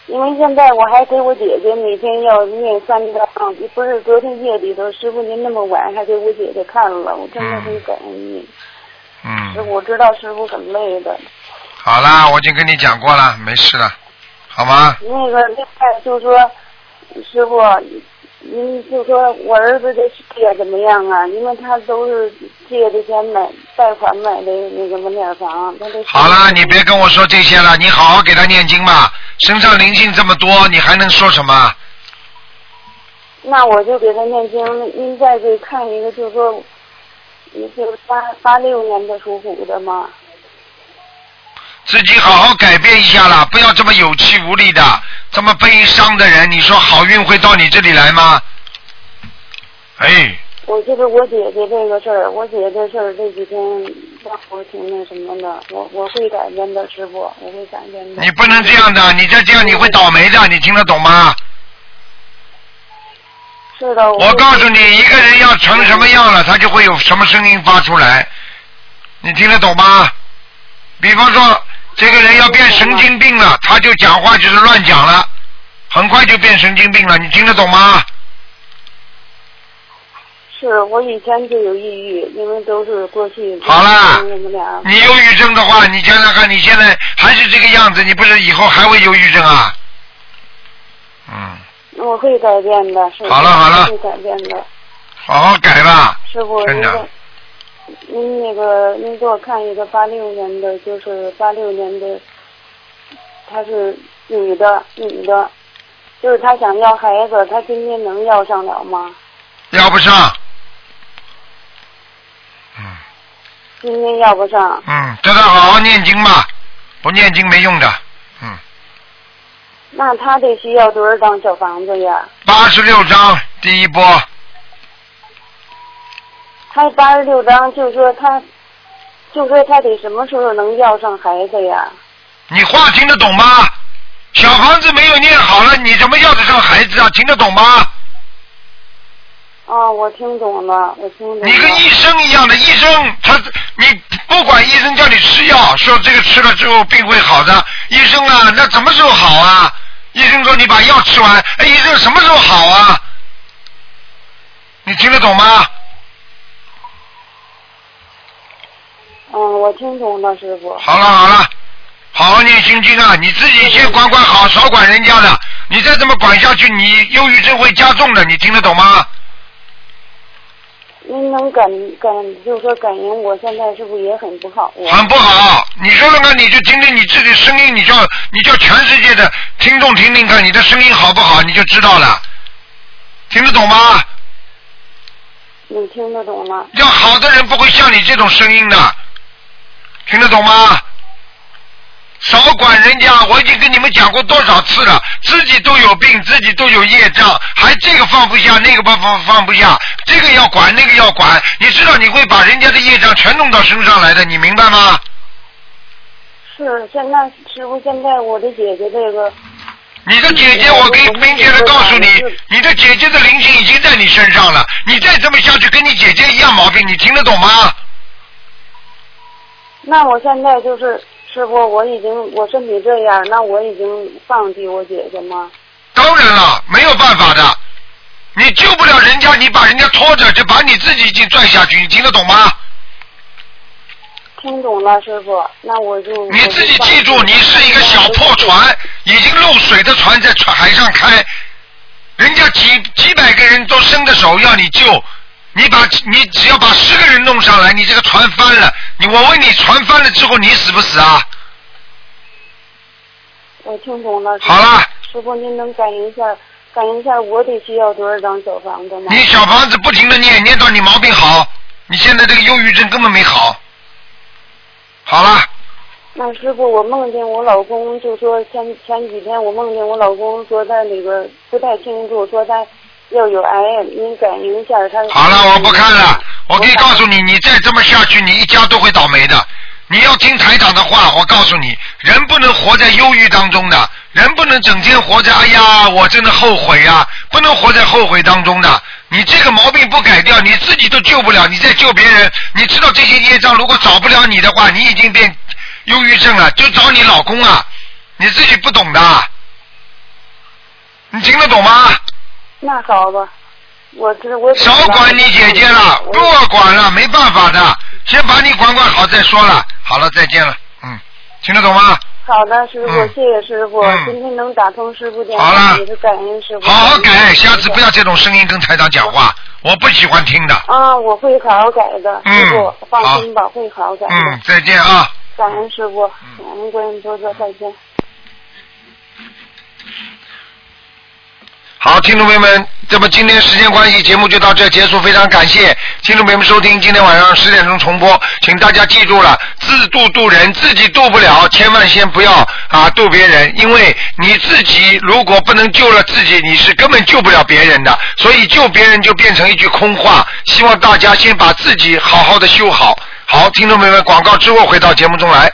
L: 因为现在我还给我姐姐每天要念三张，不是昨天夜里头，师傅您那么晚还给我姐姐看了，我真的很感恩你。
A: 嗯
L: 师。傅，我知道师傅很累的。
A: 好啦，我已经跟你讲过了，没事了，好吗？
L: 那个另外就说，师傅，您就说我儿子这事业怎么样啊？因为他都是借的钱买贷款买的那个门脸房，他这
A: 好啦，你别跟我说这些了，你好好给他念经吧。身上灵性这么多，你还能说什么？
L: 那我就给他念经。您再给看一个，就说，你是八八六年的属虎的吗？
A: 自己好好改变一下啦，不要这么有气无力的，这么悲伤的人，你说好运会到你这里来吗？哎，
L: 我就是我姐姐这个事儿，我姐姐这事儿这几天让我挺那什么的，我我会改变的，师傅，我会改变的。
A: 你不能这样的，你再这样你会倒霉的，你听得懂吗？
L: 是的，
A: 我告诉你，一个人要成什么样了，他就会有什么声音发出来，你听得懂吗？比方说，这个人要变神经病了，他就讲话就是乱讲了，很快就变神经病了，你听得懂吗？
L: 是我以前就有抑郁，因为都是过去。
A: 好啦
L: 我们俩。
A: 你忧郁症的话，你想想看，你现在还是这个样子，你不是以后还会忧郁症啊？嗯，
L: 我会改变的，是。
A: 好了好了
L: 我会改变的，
A: 好好改吧，
L: 师傅。
A: 真
L: 如
A: 的
L: 果。您那个，您给我看一个八六年的，就是八六年的，她是女的，女的，就是她想要孩子，她今天能要上了吗？
A: 要不上，
L: 今天要不上，
A: 嗯，叫他好好念经吧，不念经没用的。
L: 那她得需要多少张小房子呀？
A: 八十六章第一波，
L: 她八十六张，就说她，就说她得什么时候能要上孩子呀？
A: 你话听得懂吗？小房子没有念好了，你怎么要得上孩子啊？听得懂吗？
L: 哦，我听懂了，我听懂了。
A: 你跟医生一样的，医生他你不管医生叫你吃药，说这个吃了之后病会好的，医生啊，那什么时候好啊？医生说你把药吃完，哎，医生什么时候好啊？你听得懂吗？
L: 嗯，我听懂了，师傅。
A: 好了好了，好好念心经啊！你自己先管管好，少管人家的。你再这么管下去，你忧郁症会加重的。你听得懂吗？
L: 您能感感，就是说感应我现在是不是也很不好呀？
A: 很不好。你说说看，你就听听你自己声音，你叫你叫全世界的听众听听看，你的声音好不好，你就知道了。听得懂吗？
L: 你听得懂吗？
A: 要好的人不会像你这种声音的，听得懂吗？少管人家，我已经跟你们讲过多少次了，自己都有病，自己都有业障，还这个放不下，那个不放放不下，这个要管，那个要管，你知道你会把人家的业障全弄到身上来的，你明白吗？
L: 是，现在师傅，现在我的姐姐这个，
A: 你的姐姐，我可以明确的告诉你，你的姐姐的灵性已经在你身上了。你再这么下去，跟你姐姐一样毛病，你听得懂吗？
L: 那我现在就是师傅，我已经我身体这样，那我已经放弃我姐姐吗？
A: 当然了，没有办法的，你救不了人家，你把人家拖着，就把你自己已经拽下去，你听得懂吗？
L: 听懂了，师傅，那我就
A: 你自己记住，你是一个小破船，已经漏水的船在船海上开，人家几几百个人都伸着手要你救，你把你只要把十个人弄上来，你这个船翻了，你我问你，船翻了之后你死不死啊？
L: 我听懂了。
A: 好了。
L: 师傅，您能感应一下，感应一下我得需要多少张小房子吗？
A: 你小房子不停的念，念到你毛病好，你现在这个忧郁症根本没好。好了，
L: 那师傅，我梦见我老公，就说前前几天我梦见我老公说他那个不太清楚，说他要有癌，您感应一下他。
A: 好了，我不看了。我可以告诉你，你再这么下去，你一家都会倒霉的。你要听台长的话，我告诉你，人不能活在忧郁当中的，人不能整天活在哎呀，我真的后悔呀、不能活在后悔当中的。你这个毛病不改掉，你自己都救不了，你再救别人，你知道这些业障如果找不了你的话，你已经变忧郁症了，就找你老公啊，你自己不懂的，你听得懂吗？
L: 那好吧，我知我
A: 少管你姐姐了，不管了，没办法的，先把你管管好再说了。好了，再见了，嗯，听得懂吗？
L: 好的，师傅，
A: 嗯
L: 谢谢师傅，
A: 嗯
L: 今天能打通师傅电
A: 好
L: 话
A: 了
L: 也是感恩师傅。
A: 好好改，下次不要这种声音跟台长讲话，我不喜欢听的。
L: 啊，我会好好改的，
A: 嗯
L: 师傅放心吧，会好好改的。
A: 嗯，再见啊。嗯
L: 感恩师傅，感恩观音菩萨，再见。
A: 好，听众朋友们，这么今天时间关系，节目就到这结束，非常感谢听众朋友们收听，今天晚上十点钟重播，请大家记住了，自度度人，自己度不了，千万先不要啊度别人，因为你自己如果不能救了自己，你是根本救不了别人的，所以救别人就变成一句空话。希望大家先把自己好好的修好。好，听众朋友们，广告之后回到节目中来。